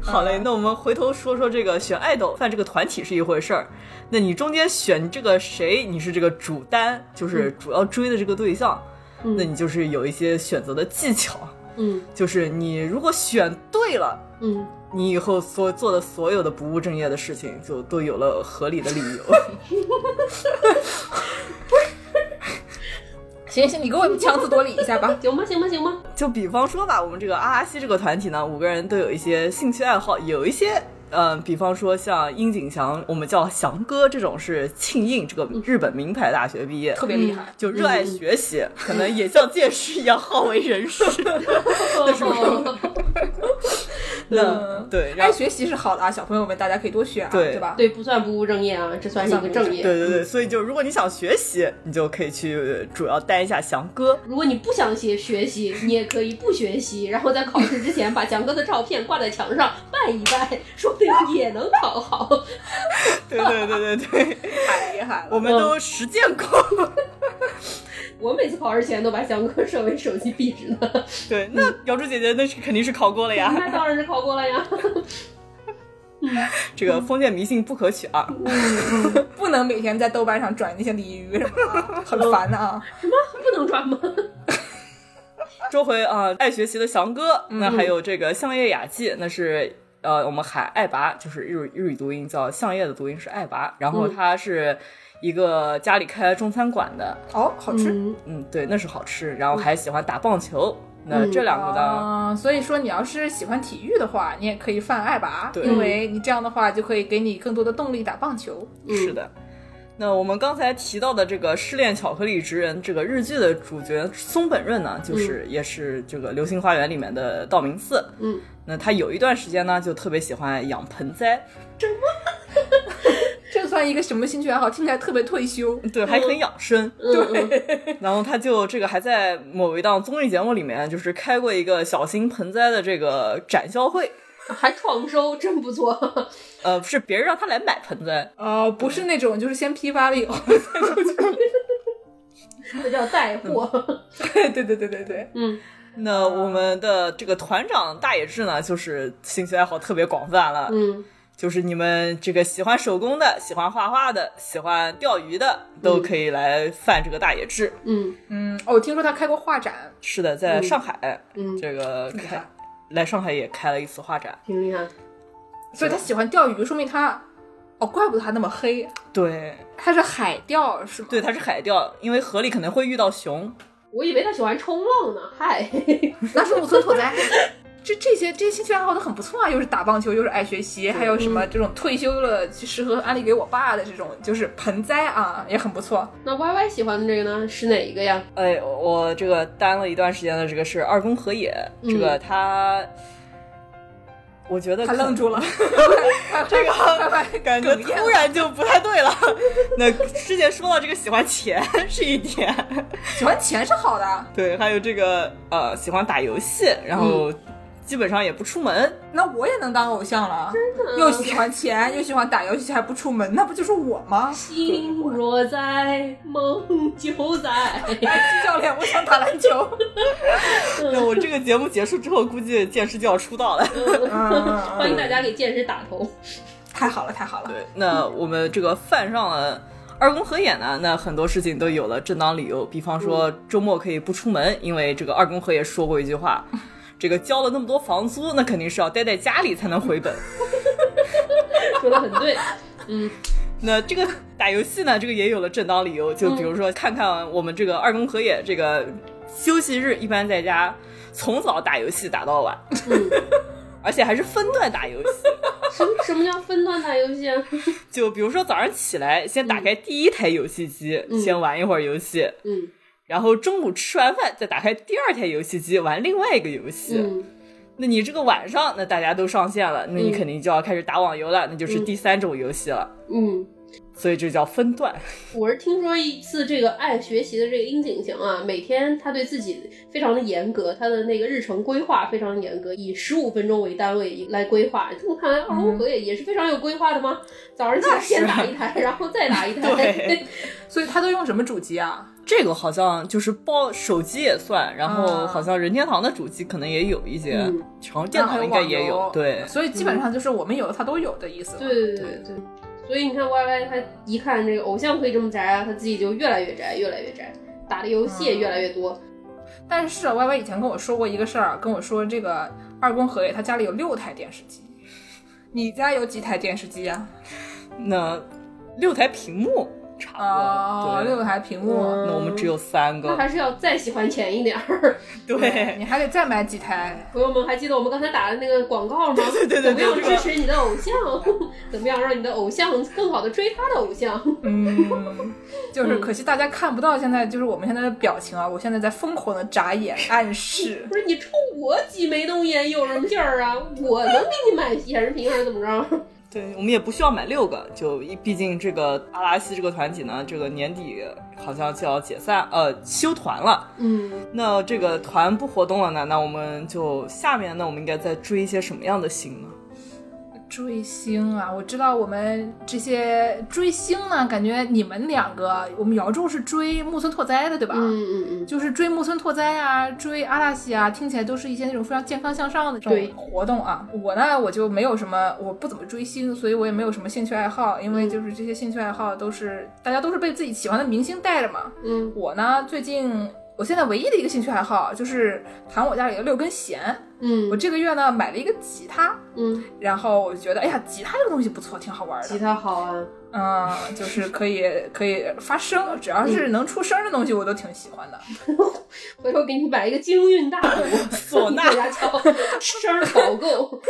[SPEAKER 3] 好嘞，那我们回头说说这个选爱豆饭这个团体是一回事儿，那你中间选这个谁，你是这个主单，就是主要追的这个对象，那
[SPEAKER 2] 嗯
[SPEAKER 3] 你就是有一些选择的技巧，
[SPEAKER 2] 嗯
[SPEAKER 3] 就是你如果选对了，
[SPEAKER 2] 嗯，
[SPEAKER 3] 你以后所做的所有的不务正业的事情，就都有了合理的理由。
[SPEAKER 1] 行行，你给我强词夺理一下 吧。
[SPEAKER 2] 行吧行吧行吧，
[SPEAKER 3] 就比方说吧，我们这个阿拉西这个团体呢，五个人都有一些兴趣爱好，有一些。嗯，比方说像樱井翔，我们叫翔哥这种是庆应这个日本名牌大学毕业，
[SPEAKER 1] 特别厉害，
[SPEAKER 3] 就热爱学习，可能也像剑士一样好为人 师。
[SPEAKER 2] 哦
[SPEAKER 3] 那
[SPEAKER 1] 嗯
[SPEAKER 3] 对，然
[SPEAKER 1] 爱
[SPEAKER 3] 后
[SPEAKER 1] 学习是好的啊，小朋友们大家可以多学啊，
[SPEAKER 3] 对
[SPEAKER 1] 对吧？
[SPEAKER 2] 对，不算不务正业啊，这算是一个正业。
[SPEAKER 3] 对对对，所以就如果你想学习，你就可以去呃主要待一下翔哥。
[SPEAKER 2] 如果你不想写学习，你也可以不学习，然后在考试之前把强哥的照片挂在墙上拜一拜，说不定也能考好。
[SPEAKER 3] 对对对对对，
[SPEAKER 1] 太厉害了。
[SPEAKER 3] 我们都实践过。
[SPEAKER 2] 我每次考试前都把相册设为手机壁纸 呢。
[SPEAKER 3] 对，那瑶柱姐姐那是肯定是考过了呀，
[SPEAKER 2] 那当然是考过了呀。
[SPEAKER 3] 这个封建迷信不可取啊。
[SPEAKER 1] 不能每天在豆瓣上转那些鲤鱼什么的，很烦的啊。
[SPEAKER 2] 什么不能转吗？
[SPEAKER 3] 说回啊，爱学习的翔哥，那还有这个相叶雅纪，那是呃，我们喊爱拔，就是日语日语读音叫相叶的读音是爱拔，然后他是一个家里开中餐馆的，
[SPEAKER 1] 哦，好吃。
[SPEAKER 2] 嗯
[SPEAKER 3] 嗯，对，那是好吃，然后还喜欢打棒球。
[SPEAKER 2] 嗯
[SPEAKER 3] 那这两个呢？
[SPEAKER 1] 啊，所以说你要是喜欢体育的话，你也可以犯爱吧，
[SPEAKER 3] 对
[SPEAKER 1] 因为你这样的话就可以给你更多的动力打棒球。
[SPEAKER 3] 是的。
[SPEAKER 2] 嗯
[SPEAKER 3] 那我们刚才提到的这个《失恋巧克力职人》这个日剧的主角松本润呢，就是、也是这个《流星花园》里面的道明寺。
[SPEAKER 2] 嗯，
[SPEAKER 3] 那他有一段时间呢，就特别喜欢养盆栽，
[SPEAKER 1] 这算一个什么兴趣爱好？听起来特别退休。
[SPEAKER 3] 对，还很养生。
[SPEAKER 2] 嗯嗯
[SPEAKER 3] 然后他就这个还在某一档综艺节目里面，就是开过一个小型盆栽的这个展销会，
[SPEAKER 2] 还创收，真不错。
[SPEAKER 3] 呃，是别人让他来买盆栽，
[SPEAKER 1] 哦，不是那种，就是先批发了以后，
[SPEAKER 2] 这叫带货。
[SPEAKER 1] 对对对对对对，
[SPEAKER 2] 嗯
[SPEAKER 3] 那我们的这个团长大野智呢，就是兴趣爱好特别广泛了，
[SPEAKER 2] 嗯
[SPEAKER 3] 就是你们这个喜欢手工的、喜欢画画的、喜欢钓鱼的，都可以来犯这个大野智。
[SPEAKER 2] 嗯
[SPEAKER 1] 嗯，哦，我听说他开过画展，
[SPEAKER 3] 是的，在上海、
[SPEAKER 2] 嗯，
[SPEAKER 3] 这个
[SPEAKER 1] 厉
[SPEAKER 3] 开
[SPEAKER 1] 害
[SPEAKER 3] 来上海也开了一次画展，
[SPEAKER 2] 挺厉害。
[SPEAKER 1] 所以他喜欢钓鱼，说明他，哦，怪不得他那么黑，
[SPEAKER 3] 对
[SPEAKER 1] 他是海钓是吗？
[SPEAKER 3] 对，它是海钓，因为河里可能会遇到熊，
[SPEAKER 2] 我以为他喜欢冲浪呢。嗨，
[SPEAKER 1] 那是木村拓哉。这这些这些兴趣爱好都很不错啊，又是打棒球，又是爱学习，还有什么这种退休了就适合安利给我爸的这种，就是盆栽啊，也很不错。
[SPEAKER 2] 那 Y Y 喜欢的这个呢是哪一个呀？
[SPEAKER 3] 哎，我我这个担了一段时间的这个是二宫和也，
[SPEAKER 2] 嗯
[SPEAKER 3] 这个他，我觉得
[SPEAKER 1] 他
[SPEAKER 3] 可
[SPEAKER 1] 愣 住了，
[SPEAKER 3] 这个
[SPEAKER 1] 快快
[SPEAKER 3] 感觉
[SPEAKER 1] 哽咽
[SPEAKER 3] 突然就不太对了。那之前说到这个喜欢钱是一点，
[SPEAKER 1] 喜欢钱是好的，
[SPEAKER 3] 对，还有这个呃喜欢打游戏，然后基本上也不出门，
[SPEAKER 1] 那我也能当偶像了。又喜欢钱，又喜欢打游戏，还不出门，那不就是我吗？
[SPEAKER 2] 心若在，梦就 在。
[SPEAKER 1] 教练，我想打篮 球。
[SPEAKER 3] 那我这个节目结束之后，估计剑师就要出道了。
[SPEAKER 2] 欢
[SPEAKER 1] 嗯，
[SPEAKER 2] 迎大家给剑师打头。
[SPEAKER 1] 太好了，太好了。
[SPEAKER 3] 对，那我们这个犯上了二宫和也呢，那很多事情都有了正当理由，比方说周末可以不出门，因为这个二宫和也说过一句话。这个交了那么多房租，那肯定是要待在家里才能回本。
[SPEAKER 2] 说的很 对，嗯，
[SPEAKER 3] 那这个打游戏呢，这个也有了正当理由，就
[SPEAKER 2] 嗯
[SPEAKER 3] 比如说看看我们这个二宫和也这个休息日一般在家从早打游戏打到晚，
[SPEAKER 2] 嗯
[SPEAKER 3] 而且还是分段打游戏。
[SPEAKER 2] 什么什么叫分段打游戏啊？
[SPEAKER 3] 就比如说早上起来，先打开第一台游戏机，
[SPEAKER 2] 嗯
[SPEAKER 3] 先玩一会儿游戏，
[SPEAKER 2] 嗯
[SPEAKER 3] 然后中午吃完饭再打开第二台游戏机玩另外一个游戏。
[SPEAKER 2] 嗯
[SPEAKER 3] 那你这个晚上，那大家都上线了，那你
[SPEAKER 2] 嗯
[SPEAKER 3] 肯定就要开始打网游了，那就是第三种游戏了。
[SPEAKER 2] 嗯，
[SPEAKER 3] 所以这叫分段。
[SPEAKER 2] 我是听说一次这个爱学习的这个樱井行啊，每天他对自己非常的严格，他的那个日程规划非常严格，以十五分钟为单位来规划。这么看来，二宫和也也是非常有规划的吗？早上起来先打一台，然后再打一台，
[SPEAKER 3] 对
[SPEAKER 1] 所以他都用什么主机啊？
[SPEAKER 3] 这个好像就是包手机也算，然后
[SPEAKER 1] 啊
[SPEAKER 3] 好像任天堂的主机可能也有一些，
[SPEAKER 2] 嗯
[SPEAKER 3] 然后电脑应该也
[SPEAKER 1] 然后还
[SPEAKER 3] 有
[SPEAKER 1] 网游。
[SPEAKER 3] 对，
[SPEAKER 1] 所以基本上就是我们有的他都有的意思。
[SPEAKER 2] 对对对。所以你看 Y Y，他一看这个偶像可以这么宅啊，他自己就越来越宅，越来越宅，打的游戏也越来越多。
[SPEAKER 1] 但是 Y Y 以前跟我说过一个事儿，跟我说这个二宫和也他家里有六台电视机，你家有几台电视机啊呀、
[SPEAKER 3] 那六台屏幕差不多。
[SPEAKER 1] 哦，
[SPEAKER 3] 对，
[SPEAKER 1] 六台屏幕。
[SPEAKER 2] 嗯
[SPEAKER 3] 那我们只有三
[SPEAKER 2] 那
[SPEAKER 3] 个。
[SPEAKER 2] 还是要再喜欢钱一点儿。
[SPEAKER 3] 对，
[SPEAKER 1] 你还得再买几台。
[SPEAKER 2] 朋友们，还记得我们刚才打的那个广告吗？
[SPEAKER 3] 对对
[SPEAKER 2] 怎
[SPEAKER 3] 对对
[SPEAKER 2] 么样支持你的偶像？怎么样让你的偶像更好的追他的偶像？
[SPEAKER 1] 嗯，就是可惜大家看不到现在，就是我们现在的表情啊，我现在在疯狂的眨眼暗示
[SPEAKER 2] 不。是你冲我挤眉弄眼有什么劲儿啊？ 我能给你买显示屏还是怎么着？
[SPEAKER 3] 对，我们也不需要买六个，就一毕竟这个阿拉西这个团体呢，这个年底好像就要解散，呃，休团了。
[SPEAKER 2] 嗯
[SPEAKER 3] 那这个团不活动了呢，那我们就下面呢，我们应该再追一些什么样的星呢？
[SPEAKER 1] 追星啊，我知道我们这些追星呢，感觉你们两个，我们姚柱是追木村拓哉的，对吧？
[SPEAKER 2] 嗯嗯
[SPEAKER 1] 就是追木村拓哉啊，追阿拉西啊，听起来都是一些那种非常健康向上的这
[SPEAKER 2] 对
[SPEAKER 1] 种活动啊。我呢，我就没有什么，我不怎么追星，所以我也没有什么兴趣爱好，因为
[SPEAKER 2] 嗯
[SPEAKER 1] 就是这些兴趣爱好都是大家都是被自己喜欢的明星带着嘛。
[SPEAKER 2] 嗯
[SPEAKER 1] 我呢，最近我现在唯一的一个兴趣爱好啊就是弹我家里的六根弦。
[SPEAKER 2] 嗯
[SPEAKER 1] 我这个月呢买了一个吉他，
[SPEAKER 2] 嗯，
[SPEAKER 1] 然后我觉得哎呀，吉他这个东西不错，挺好玩
[SPEAKER 2] 吉
[SPEAKER 1] 的。
[SPEAKER 2] 他好啊，
[SPEAKER 1] 嗯，就是可以可以发声，只要
[SPEAKER 2] 嗯
[SPEAKER 1] 是能出声的东西，我都挺喜欢的。
[SPEAKER 2] 回头给你摆一个金运大鼓，
[SPEAKER 3] 唢呐
[SPEAKER 2] 你在家敲，声儿搞 够。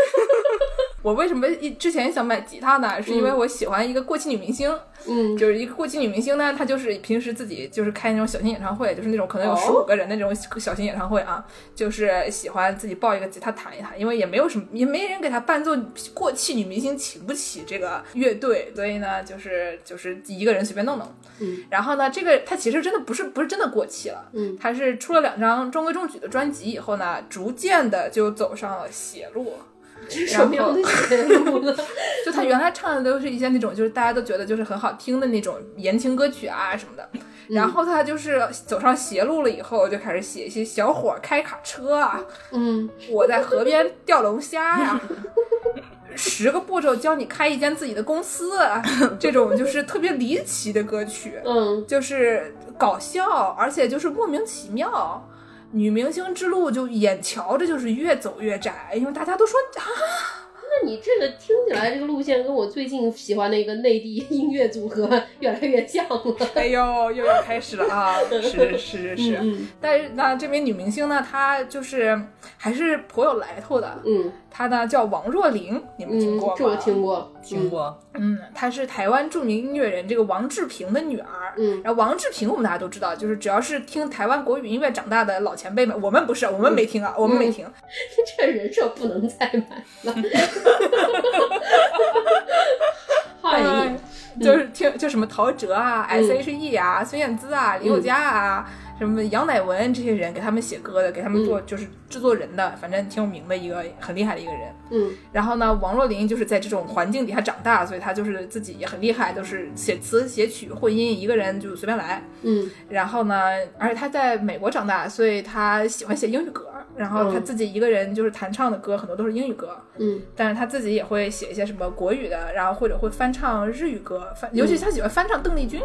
[SPEAKER 1] 我为什么一之前想买吉他呢？是因为我喜欢一个过气女明星，
[SPEAKER 2] 嗯，
[SPEAKER 1] 就是一个过气女明星呢，她就是平时自己就是开那种小型演唱会，就是那种可能有十五个人的那种小型演唱会啊，就是喜欢自己抱一个吉他弹一弹，因为也没有什么，也没人给她伴奏，过气女明星请不起这个乐队，所以呢，就是就是一个人随便弄弄。
[SPEAKER 2] 嗯，
[SPEAKER 1] 然后呢，这个她其实真的不是不是真的过气了，
[SPEAKER 2] 嗯，
[SPEAKER 1] 她是出了两张中规中矩的专辑以后呢，逐渐的就走上了邪路。
[SPEAKER 2] 这什么样的节目呢？
[SPEAKER 1] 就他原来唱的都是一些那种，就是大家都觉得就是很好听的那种言情歌曲啊什么的。然后他就是走上邪路了以后，就开始写一些小伙开卡车啊，
[SPEAKER 2] 嗯
[SPEAKER 1] 我在河边钓龙虾呀、 十个步骤教你开一间自己的公司啊，这种就是特别离奇的歌曲，
[SPEAKER 2] 嗯
[SPEAKER 1] 就是搞笑，而且就是莫名其妙。女明星之路就眼瞧着就是越走越窄，因为大家都说啊，
[SPEAKER 2] 那你这个听起来这个路线跟我最近喜欢的一个内地音乐组合越来越像了。
[SPEAKER 1] 哎呦，又要开始了 啊！是是是啊是，
[SPEAKER 2] 嗯
[SPEAKER 1] 但是呢，这名女明星呢，她就是还是颇有来头的。
[SPEAKER 2] 嗯
[SPEAKER 1] 她呢叫王若琳，你们听
[SPEAKER 2] 嗯
[SPEAKER 1] 过吗？，
[SPEAKER 2] 这我听。过。
[SPEAKER 3] 听过，
[SPEAKER 1] 嗯，她是台湾著名音乐人这个王志平的女儿。
[SPEAKER 2] 嗯
[SPEAKER 1] 然后王志平我们大家都知道，就是只要是听台湾国语音乐长大的老前辈们，我们不是，我们没听啊，
[SPEAKER 2] 嗯
[SPEAKER 1] 我们没听。
[SPEAKER 2] 这人设不能再买了。嗨、
[SPEAKER 1] 哎就是听就什么陶喆啊、S.H.E 啊、孙燕姿啊、林宥嘉啊、什么杨乃文这些人给他们写歌的，给他们做就是制作人的，反正挺有名的一个很厉害的一个人。
[SPEAKER 2] 嗯
[SPEAKER 1] 然后呢，王若琳就是在这种环境底下长大，所以她就是自己也很厉害，就是写词写曲混音，一个人就随便来。
[SPEAKER 2] 嗯
[SPEAKER 1] 然后呢，而且她在美国长大，所以她喜欢写英语歌。然后她
[SPEAKER 2] 嗯
[SPEAKER 1] 自己一个人就是弹唱的歌，很多都是英语歌，
[SPEAKER 2] 嗯
[SPEAKER 1] 但是她自己也会写一些什么国语的，然后或者会翻唱日语歌，翻尤其她喜欢翻唱邓丽君，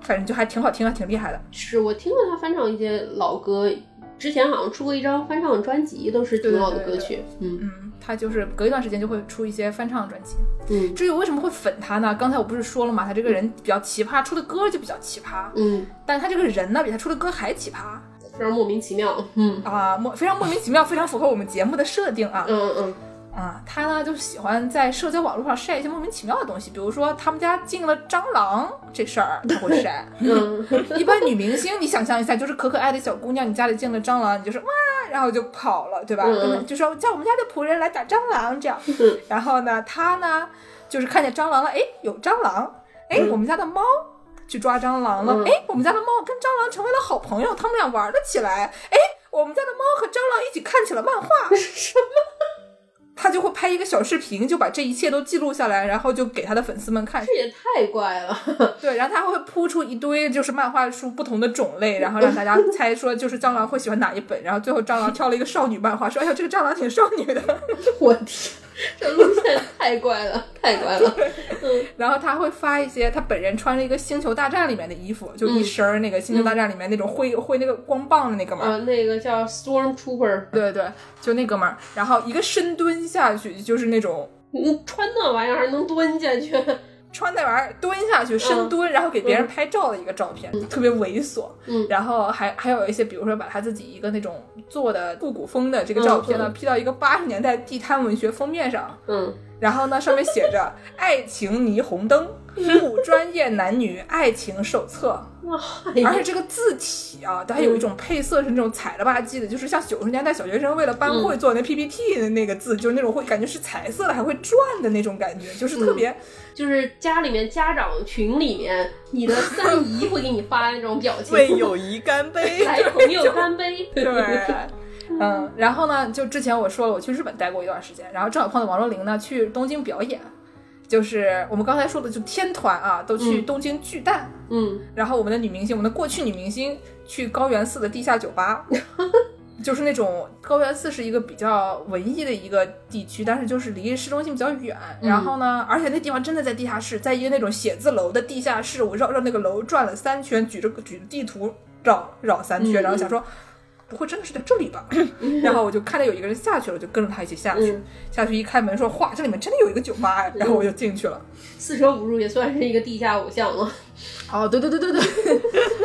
[SPEAKER 1] 反正就还挺好听啊，挺厉害的。
[SPEAKER 2] 是我听过他翻唱一些老歌，之前好像出过一张翻唱专辑，都是挺好的歌曲。嗯
[SPEAKER 1] 嗯，她就是隔一段时间就会出一些翻唱专辑。
[SPEAKER 2] 嗯
[SPEAKER 1] 至于我为什么会粉他呢？刚才我不是说了嘛，他这个人比较奇葩，出的歌就比较奇葩，
[SPEAKER 2] 嗯，
[SPEAKER 1] 但他这个人呢，比他出的歌还奇葩
[SPEAKER 2] 非常莫名其妙。嗯
[SPEAKER 1] 啊，莫非常莫名其妙，非常符合我们节目的设定啊
[SPEAKER 2] 嗯嗯
[SPEAKER 1] 啊！他呢就是喜欢在社交网络上晒一些莫名其妙的东西，比如说他们家进了蟑螂这事儿，他会晒。
[SPEAKER 2] 嗯嗯
[SPEAKER 1] 一般女明星，你想象一下，就是可可爱的小姑娘，你家里进了蟑螂，你就是哇，然后就跑了，对吧？
[SPEAKER 2] 嗯
[SPEAKER 1] 根本就说叫我们家的仆人来打蟑螂这样。然后呢，她呢就是看见蟑螂了，哎，有蟑螂，哎，我们家的猫。去抓蟑螂了，
[SPEAKER 2] 嗯
[SPEAKER 1] 哎、我们家的猫跟蟑螂成为了好朋友，他们俩玩了起来，哎，我们家的猫和蟑螂一起看起了漫画，
[SPEAKER 2] 什
[SPEAKER 1] 么？他就会拍一个小视频，就把这一切都记录下来，然后就给他的粉丝们看，
[SPEAKER 2] 这也太怪了。
[SPEAKER 1] 对，然后他会铺出一堆就是漫画书不同的种类，然后让大家猜说就是蟑螂会喜欢哪一本，然后最后蟑螂挑了一个少女漫画，说哎呦这个蟑螂挺少女的，
[SPEAKER 2] 我天，这路线太怪了，太怪了。
[SPEAKER 1] 然后他会发一些他本人穿了一个星球大战里面的衣服，就一身儿那个星球大战里面那种会会那个光棒的那哥们儿。
[SPEAKER 2] 啊，那个叫 Stormtrooper，
[SPEAKER 1] 对对，就那哥们儿，然后一个深蹲下去，就是那种
[SPEAKER 2] 嗯，穿那玩意儿还能蹲下去？
[SPEAKER 1] 穿那玩意儿蹲下去深蹲，然后给别人拍照的一个照片，特别猥琐。
[SPEAKER 2] 嗯
[SPEAKER 1] 然后还还有一些，比如说把他自己一个那种做的复古风的这个照片呢，
[SPEAKER 2] 嗯
[SPEAKER 1] P 到一个八十年代地摊文学封面上，
[SPEAKER 2] 嗯，
[SPEAKER 1] 然后呢上面写 着“爱情霓虹灯”，
[SPEAKER 2] 嗯
[SPEAKER 1] 不专业男女爱情手册。
[SPEAKER 2] 哇，
[SPEAKER 1] 而且这个字体啊，它还有一种配色是那种彩了吧唧的，就是像九十年代小学生为了
[SPEAKER 2] 嗯
[SPEAKER 1] 班会做那 PPT 的那个字，就是那种会感觉是彩色的，还会转的那种感觉，
[SPEAKER 2] 嗯
[SPEAKER 1] 就是特别。
[SPEAKER 2] 就是家里面家长群里面，你的三 姨会给你发那种表情，
[SPEAKER 3] 为友谊干杯。
[SPEAKER 2] 来朋友干杯。
[SPEAKER 1] 对，嗯，然后呢，就之前我说了，我去日本待过一段时间，然后正好碰到王若琳呢去东京表演，就是我们刚才说的，就天团啊都去
[SPEAKER 2] 嗯
[SPEAKER 1] 东京巨蛋，
[SPEAKER 2] 嗯，
[SPEAKER 1] 然后我们的女明星，我们的过去女明星去高原寺的地下酒 吧，就是那种高原寺是一个比较文艺的一个地区，但是就是离市中心比较远。
[SPEAKER 2] 嗯
[SPEAKER 1] 然后呢，而且那地方真的在地下室，在一个那种写字楼的地下室，我绕绕那个楼转了三圈，举着举着地图绕绕三圈，
[SPEAKER 2] 嗯
[SPEAKER 1] 然后想说。不会真的是在这里 吧？然后我就看到有一个人下去了，我就跟着他一起下去。
[SPEAKER 2] 嗯
[SPEAKER 1] 下去一开门说：“哇，这里面真的有一个酒吧呀！”然后我就进去了。
[SPEAKER 2] 四舍五入也算是一个地下偶像了。
[SPEAKER 1] 哦，对对对对对。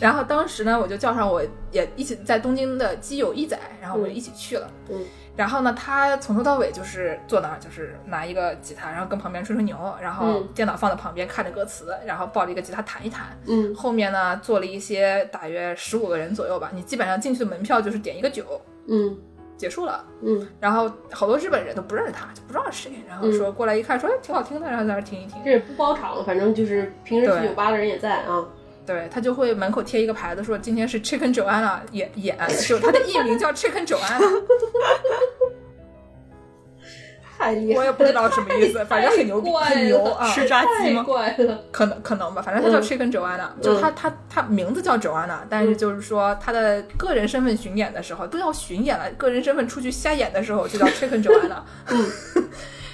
[SPEAKER 1] 然后当时呢，我就叫上我也一起在东京的基友一仔，然后我们一起去了。
[SPEAKER 2] 嗯
[SPEAKER 1] 然后呢，他从头到尾就是坐那儿，就是拿一个吉他，然后跟旁边吹吹牛，然后
[SPEAKER 2] 嗯
[SPEAKER 1] 电脑放在旁边看着歌词，然后抱着一个吉他弹一弹。
[SPEAKER 2] 嗯
[SPEAKER 1] 后面呢，坐了一些大约十五个人左右吧，你基本上进去的门票就是点一个酒，
[SPEAKER 2] 嗯
[SPEAKER 1] 结束了。
[SPEAKER 2] 嗯，
[SPEAKER 1] 然后好多日本人都不认识他，就不知道是谁，然后说过来一看，说哎挺好听的，然后在那儿听一听
[SPEAKER 2] 这。也不包场，反正就是平时去
[SPEAKER 1] 对
[SPEAKER 2] 酒吧的人也在啊。
[SPEAKER 1] 对他就会门口贴一个牌子说今天是 Chicken Joanna 演演，就他的艺名叫 Chicken Joanna，
[SPEAKER 2] 太厉害
[SPEAKER 1] 我
[SPEAKER 2] 了，
[SPEAKER 1] 也不知道什么意思，反正很 牛逼，
[SPEAKER 2] 太
[SPEAKER 1] 很牛啊，
[SPEAKER 3] 是炸鸡
[SPEAKER 2] 太
[SPEAKER 3] 吗？
[SPEAKER 2] 怪了。
[SPEAKER 1] 可能可能吧，反正他叫
[SPEAKER 2] 嗯
[SPEAKER 1] Chicken Joanna，、就他他他名字叫 Joanna，但是就是说他的个人身份巡演的时候，不叫巡演了，个人身份出去瞎演的时候就叫 Chicken Joanna。
[SPEAKER 2] 嗯。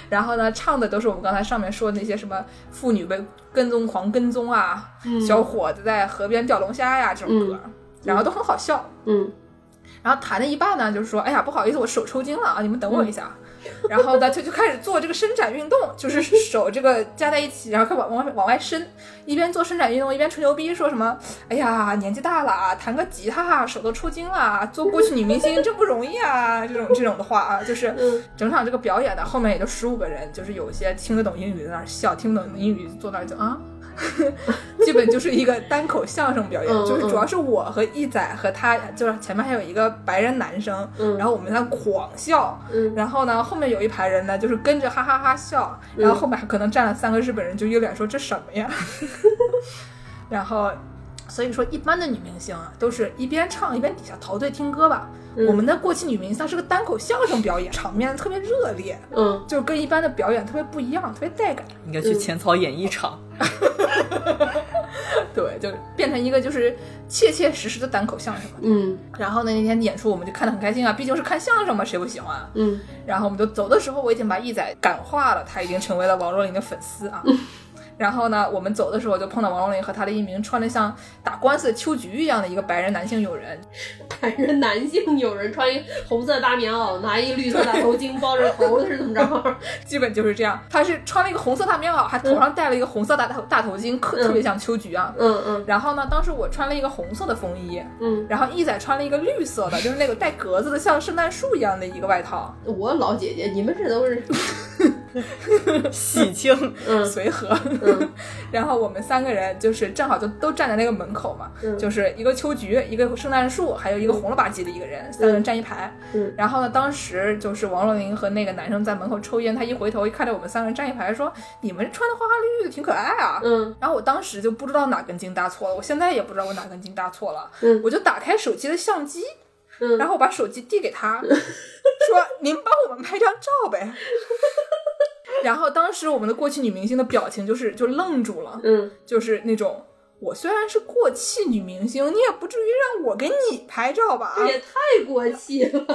[SPEAKER 1] 然后呢，唱的都是我们刚才上面说的那些什么妇女被跟踪狂跟踪啊，
[SPEAKER 2] 嗯
[SPEAKER 1] 小伙子在河边钓龙虾呀、这种歌，然后都很好笑。
[SPEAKER 2] 嗯
[SPEAKER 1] 然后弹了一半呢，就是说，哎呀，不好意思，我手抽筋了啊，你们等我一下。然后呢，就就开始做这个伸展运动，就是手这个加在一起，然后开始往往外往外伸，一边做伸展运动，一边吹牛逼，说什么，哎呀，年纪大了啊，弹个吉他啊手都抽筋了啊，做过去女明星真不容易啊，这种这种的话啊，就是
[SPEAKER 2] 嗯
[SPEAKER 1] 整场这个表演的后面也就十五个人，就是有些听得懂英语在那儿笑，听不懂英语坐那儿就啊。 基本就是一个单口相声表演，
[SPEAKER 2] 嗯
[SPEAKER 1] 就是主要
[SPEAKER 2] 嗯
[SPEAKER 1] 是我和一仔和他，就是前面还有一个白人男生，
[SPEAKER 2] 嗯
[SPEAKER 1] 然后我们在那狂笑，
[SPEAKER 2] 嗯
[SPEAKER 1] 然后呢后面有一排人呢就是跟着哈哈哈笑，然后后面还可能站了三个日本人就一脸说这什么呀，然后所以说一般的女明星啊都是一边唱一边底下陶醉听歌吧，
[SPEAKER 2] 嗯
[SPEAKER 1] 我们的过气女明星她是个单口相声表演，场面特别热烈，
[SPEAKER 2] 嗯，
[SPEAKER 1] 就跟一般的表演特别不一样，特别带感。
[SPEAKER 3] 应该去浅草演艺场。
[SPEAKER 1] 对，就变成一个就是切切实实的单口相声嘛。
[SPEAKER 2] 嗯
[SPEAKER 1] 然后呢，那天演出我们就看得很开心啊，毕竟是看相声嘛，谁不喜欢啊？
[SPEAKER 2] 嗯
[SPEAKER 1] 然后我们就走的时候，我已经把一仔感化了，他已经成为了王若琳的粉丝啊。然后呢，我们走的时候就碰到王若琳和他的一名穿得像打官司的秋菊一样的一个白人男性友人，
[SPEAKER 2] 白人男性有人穿一红色大棉袄，拿一绿色大头巾包着头，是怎么着？
[SPEAKER 1] 基本就是这样。他是穿了一个红色大棉袄，还头上戴了一个红色大头大头巾，可特别像秋菊啊。
[SPEAKER 2] 嗯嗯
[SPEAKER 1] 然后呢，当时我穿了一个红色的风衣，
[SPEAKER 2] 嗯，
[SPEAKER 1] 然后一仔穿了一个绿色的，就是那个带格子的，像圣诞树一样的一个外套，
[SPEAKER 2] 我老姐姐，你们这都是
[SPEAKER 3] 喜庆，
[SPEAKER 2] 嗯
[SPEAKER 1] 随和。
[SPEAKER 2] 嗯
[SPEAKER 1] 然后我们三个人就是正好就都站在那个门口嘛，
[SPEAKER 2] 嗯
[SPEAKER 1] 就是一个秋菊，一个圣诞树，还有一个红了吧唧的一个人，三个人站一排。
[SPEAKER 2] 嗯
[SPEAKER 1] 然后呢，当时就是王若琳和那个男生在门口抽烟，他一回头一看到我们三个人站一排，说：“你们穿的花花绿绿的，挺可爱啊。
[SPEAKER 2] 嗯
[SPEAKER 1] 然后我当时就不知道哪根筋搭错了，我现在也不知道我哪根筋搭错了，
[SPEAKER 2] 嗯
[SPEAKER 1] 我就打开手机的相机，
[SPEAKER 2] 嗯
[SPEAKER 1] 然后我把手机递给他，说：“您帮我们拍张照呗。” 然后当时我们的过气女明星的表情就是就愣住了，
[SPEAKER 2] 嗯
[SPEAKER 1] 就是那种我虽然是过气女明星，你也不至于让我给你拍照吧？
[SPEAKER 2] 这也太过气了。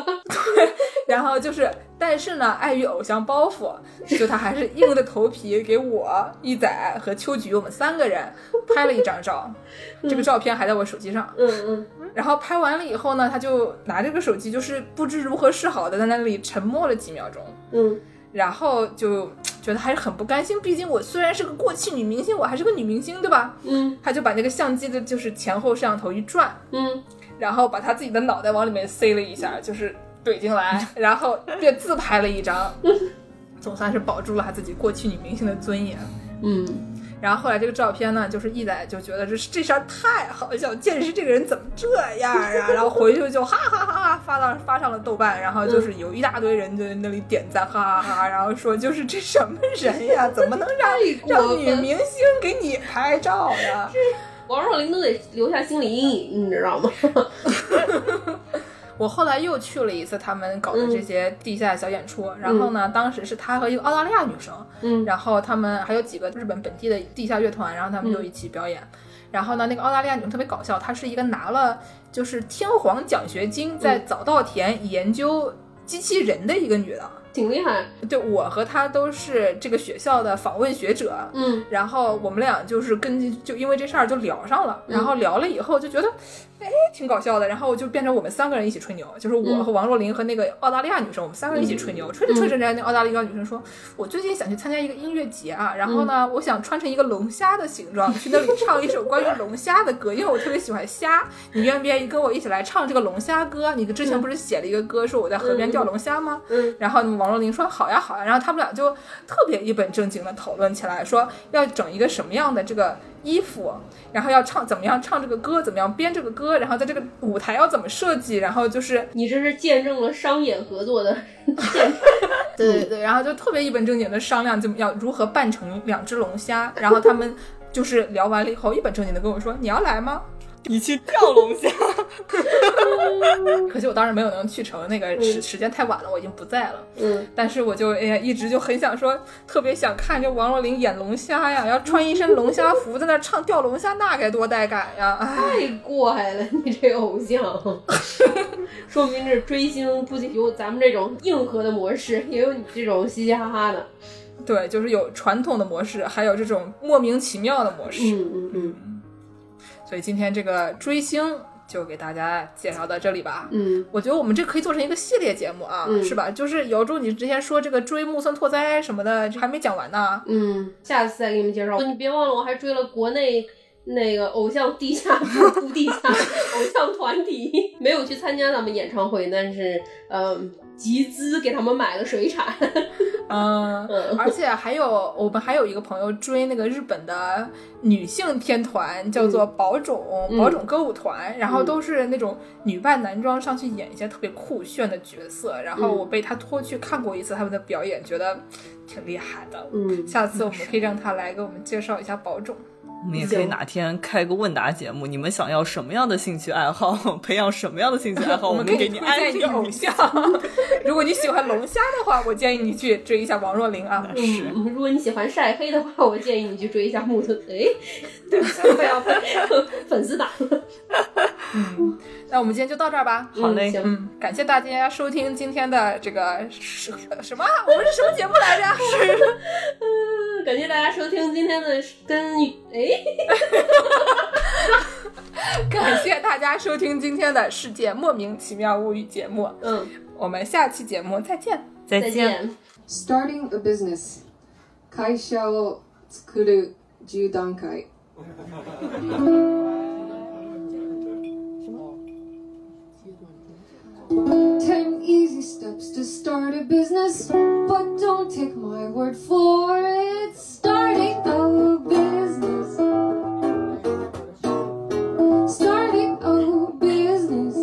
[SPEAKER 1] 然后就是，但是呢，碍于偶像包袱，就他还是硬着头皮给我、一仔和秋菊我们三个人拍了一张照，这个照片还在我手机上。
[SPEAKER 2] 嗯嗯
[SPEAKER 1] 然后拍完了以后呢，他就拿这个手机，就是不知如何是好的，在那里沉默了几秒钟，
[SPEAKER 2] 嗯
[SPEAKER 1] 然后就觉得还是很不甘心，毕竟我虽然是个过气女明星，我还是个女明星，对吧？
[SPEAKER 2] 嗯
[SPEAKER 1] 他就把那个相机的，就是前后摄像头一转，
[SPEAKER 2] 嗯
[SPEAKER 1] 然后把他自己的脑袋往里面塞了一下，就是怼进来，然后便自拍了一张，总算是保住了他自己过去女明星的尊严。
[SPEAKER 2] 嗯，
[SPEAKER 1] 然后后来这个照片呢，就是一仔就觉得这这事儿太好笑，见识这个人怎么这样啊？然后回去就哈哈哈哈发到发上了豆瓣，然后就是有一大堆人就在那里点赞，哈哈哈哈，然后说就是这什么人呀，怎么能让
[SPEAKER 2] 太
[SPEAKER 1] 让
[SPEAKER 2] 过
[SPEAKER 1] 女
[SPEAKER 2] 分。
[SPEAKER 1] 明星给你拍照呀？
[SPEAKER 2] 王若琳都得留下心理阴影，你知道吗？
[SPEAKER 1] 我后来又去了一次他们搞的这些地下小演出，然后呢，当时是他和一个澳大利亚女生，
[SPEAKER 2] 嗯
[SPEAKER 1] 然后他们还有几个日本本地的地下乐团，然后他们就一起表演。然后呢，那个澳大利亚女生特别搞笑，她是一个拿了就是天皇奖学金，在早稻田研究机器人的一个女的。
[SPEAKER 2] 挺厉害，
[SPEAKER 1] 对我和她都是这个学校的访问学者，
[SPEAKER 2] 嗯，
[SPEAKER 1] 然后我们俩就是跟就因为这事儿就聊上了，
[SPEAKER 2] 嗯
[SPEAKER 1] 然后聊了以后就觉得，哎，挺搞笑的。然后就变成我们三个人一起吹牛，就是我
[SPEAKER 2] 嗯
[SPEAKER 1] 和王若琳和那个澳大利亚女生，我们三个人一起吹牛。吹着吹着，人家那澳大利亚女生说，我最近想去参加一个音乐节啊，然
[SPEAKER 2] 嗯
[SPEAKER 1] 后呢，我想穿成一个龙虾的形状去那里唱一首关于龙虾的歌，因为我特别喜欢虾。你愿不愿意跟我一起来唱这个龙虾歌？你之前不是写了一个歌，说我在河边钓龙虾吗？
[SPEAKER 2] 嗯，
[SPEAKER 1] 然后王若琳说好呀好呀，然后他们俩就特别一本正经的讨论起来，说要整一个什么样的这个衣服，然后要唱怎么样唱这个歌，怎么样编这个歌，然后在这个舞台要怎么设计，然后就是
[SPEAKER 2] 你这是见证了商演合作的
[SPEAKER 1] 对对对，然后就特别一本正经的商量怎么要如何扮成两只龙虾，然后他们就是聊完了以后一本正经的跟我说你要来吗？
[SPEAKER 3] 你去钓龙 虾，
[SPEAKER 1] 可惜我当时没有能去成，那个时时间太晚了，我已经不在了。
[SPEAKER 2] 嗯，
[SPEAKER 1] 但是我就哎呀，一直就很想说，特别想看这王若琳演龙虾呀，要穿一身龙虾服在那儿唱钓龙虾，那该多带感呀！哎，
[SPEAKER 2] 太怪了， 你这个偶像，说明这追星不仅有咱们这种硬核的模式，也有你这种嘻嘻哈哈的。
[SPEAKER 1] 对，就是有传统的模式，还有这种莫名其妙的模式。
[SPEAKER 2] 嗯嗯嗯
[SPEAKER 1] 所以今天这个追星就给大家介绍到这里吧。
[SPEAKER 2] 嗯，
[SPEAKER 1] 我觉得我们这可以做成一个系列节目啊，
[SPEAKER 2] 嗯
[SPEAKER 1] 是吧？就是姚柱，你之前说这个追木村拓哉什么的，这还没讲完 呢。
[SPEAKER 2] 嗯，下次再给你们介绍。哦你别忘了，我还追了国内那个偶像地下 不不地下偶像团体，没有去参加他们演唱会，但是嗯，集资给他们买了水产。
[SPEAKER 1] 嗯，
[SPEAKER 2] 嗯
[SPEAKER 1] 而且还有我们还有一个朋友追那个日本的女性天团，叫做宝冢、
[SPEAKER 2] 嗯
[SPEAKER 1] 宝冢歌舞团，然后都是那种女扮男装上去演一些特别酷炫的角色。然
[SPEAKER 2] 嗯
[SPEAKER 1] 后我被他拖去看过一次他们的表演，觉得挺厉害的。
[SPEAKER 2] 嗯，
[SPEAKER 1] 下次我们可以让他来给我们介绍一下宝冢。
[SPEAKER 3] 我们也可以哪天开个问答节目，你们想要什么样的兴趣爱好， 培养什么样的兴趣爱好，
[SPEAKER 1] 我
[SPEAKER 3] 我
[SPEAKER 1] 们
[SPEAKER 3] 们
[SPEAKER 1] 可
[SPEAKER 3] 给
[SPEAKER 1] 以
[SPEAKER 3] 你
[SPEAKER 1] 推
[SPEAKER 3] 安
[SPEAKER 1] 荐
[SPEAKER 3] 利
[SPEAKER 1] 你的偶像。 如果你喜欢龙虾的话，我建议你去追一下王若琳啊。
[SPEAKER 3] 是
[SPEAKER 2] 嗯，如果你喜欢晒黑的话，我建议你去追一下木村。哎，对不起，我要被 粉丝打。
[SPEAKER 1] 嗯，那我们今天就到这儿吧。
[SPEAKER 3] 好嘞
[SPEAKER 2] 嗯、行，
[SPEAKER 1] 嗯，感谢大家收听今天的这个什什么？我们是什么节目来着？
[SPEAKER 2] 嗯感谢大家收听今天的跟哎，
[SPEAKER 1] 感谢大家收听今天的《世界莫名其妙物语》节目，
[SPEAKER 2] 嗯，
[SPEAKER 1] 我们下期节目再见。
[SPEAKER 3] 再
[SPEAKER 2] 再
[SPEAKER 3] 见。
[SPEAKER 2] 见。
[SPEAKER 4] Starting a business 会社を作る10段階10 easy steps to start a business but don't take my word for it starting a business starting a business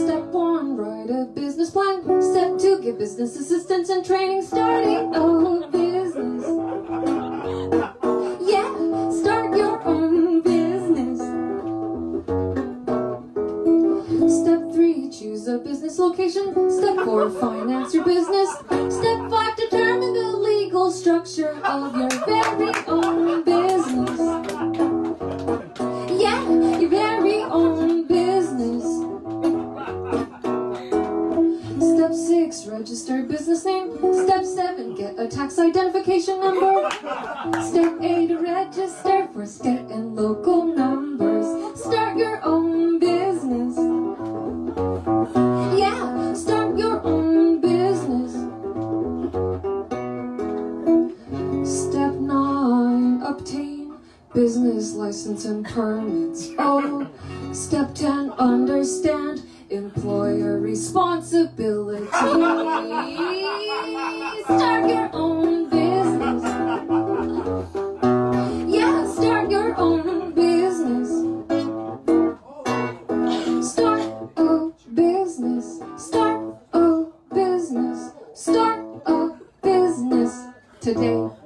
[SPEAKER 4] Step one, write a business plan. Step two, get business assistance and training. Starting a business. Yeah, start your own business. Step three, choose a business location. Step four, finance your business. Step five, determine the legal structure of your very own business. Yeah, your very own business. Step six, register a business name. Step seven, get a tax identification number. Step eight, register for state and local numbers. Start your own business. Yeah, start your own business. Step nine, obtain business license and permits. Oh, step 10, understand employer responsibility. Start your own business. Yeah, start your own business. Start a business. Start a business. Start a business today.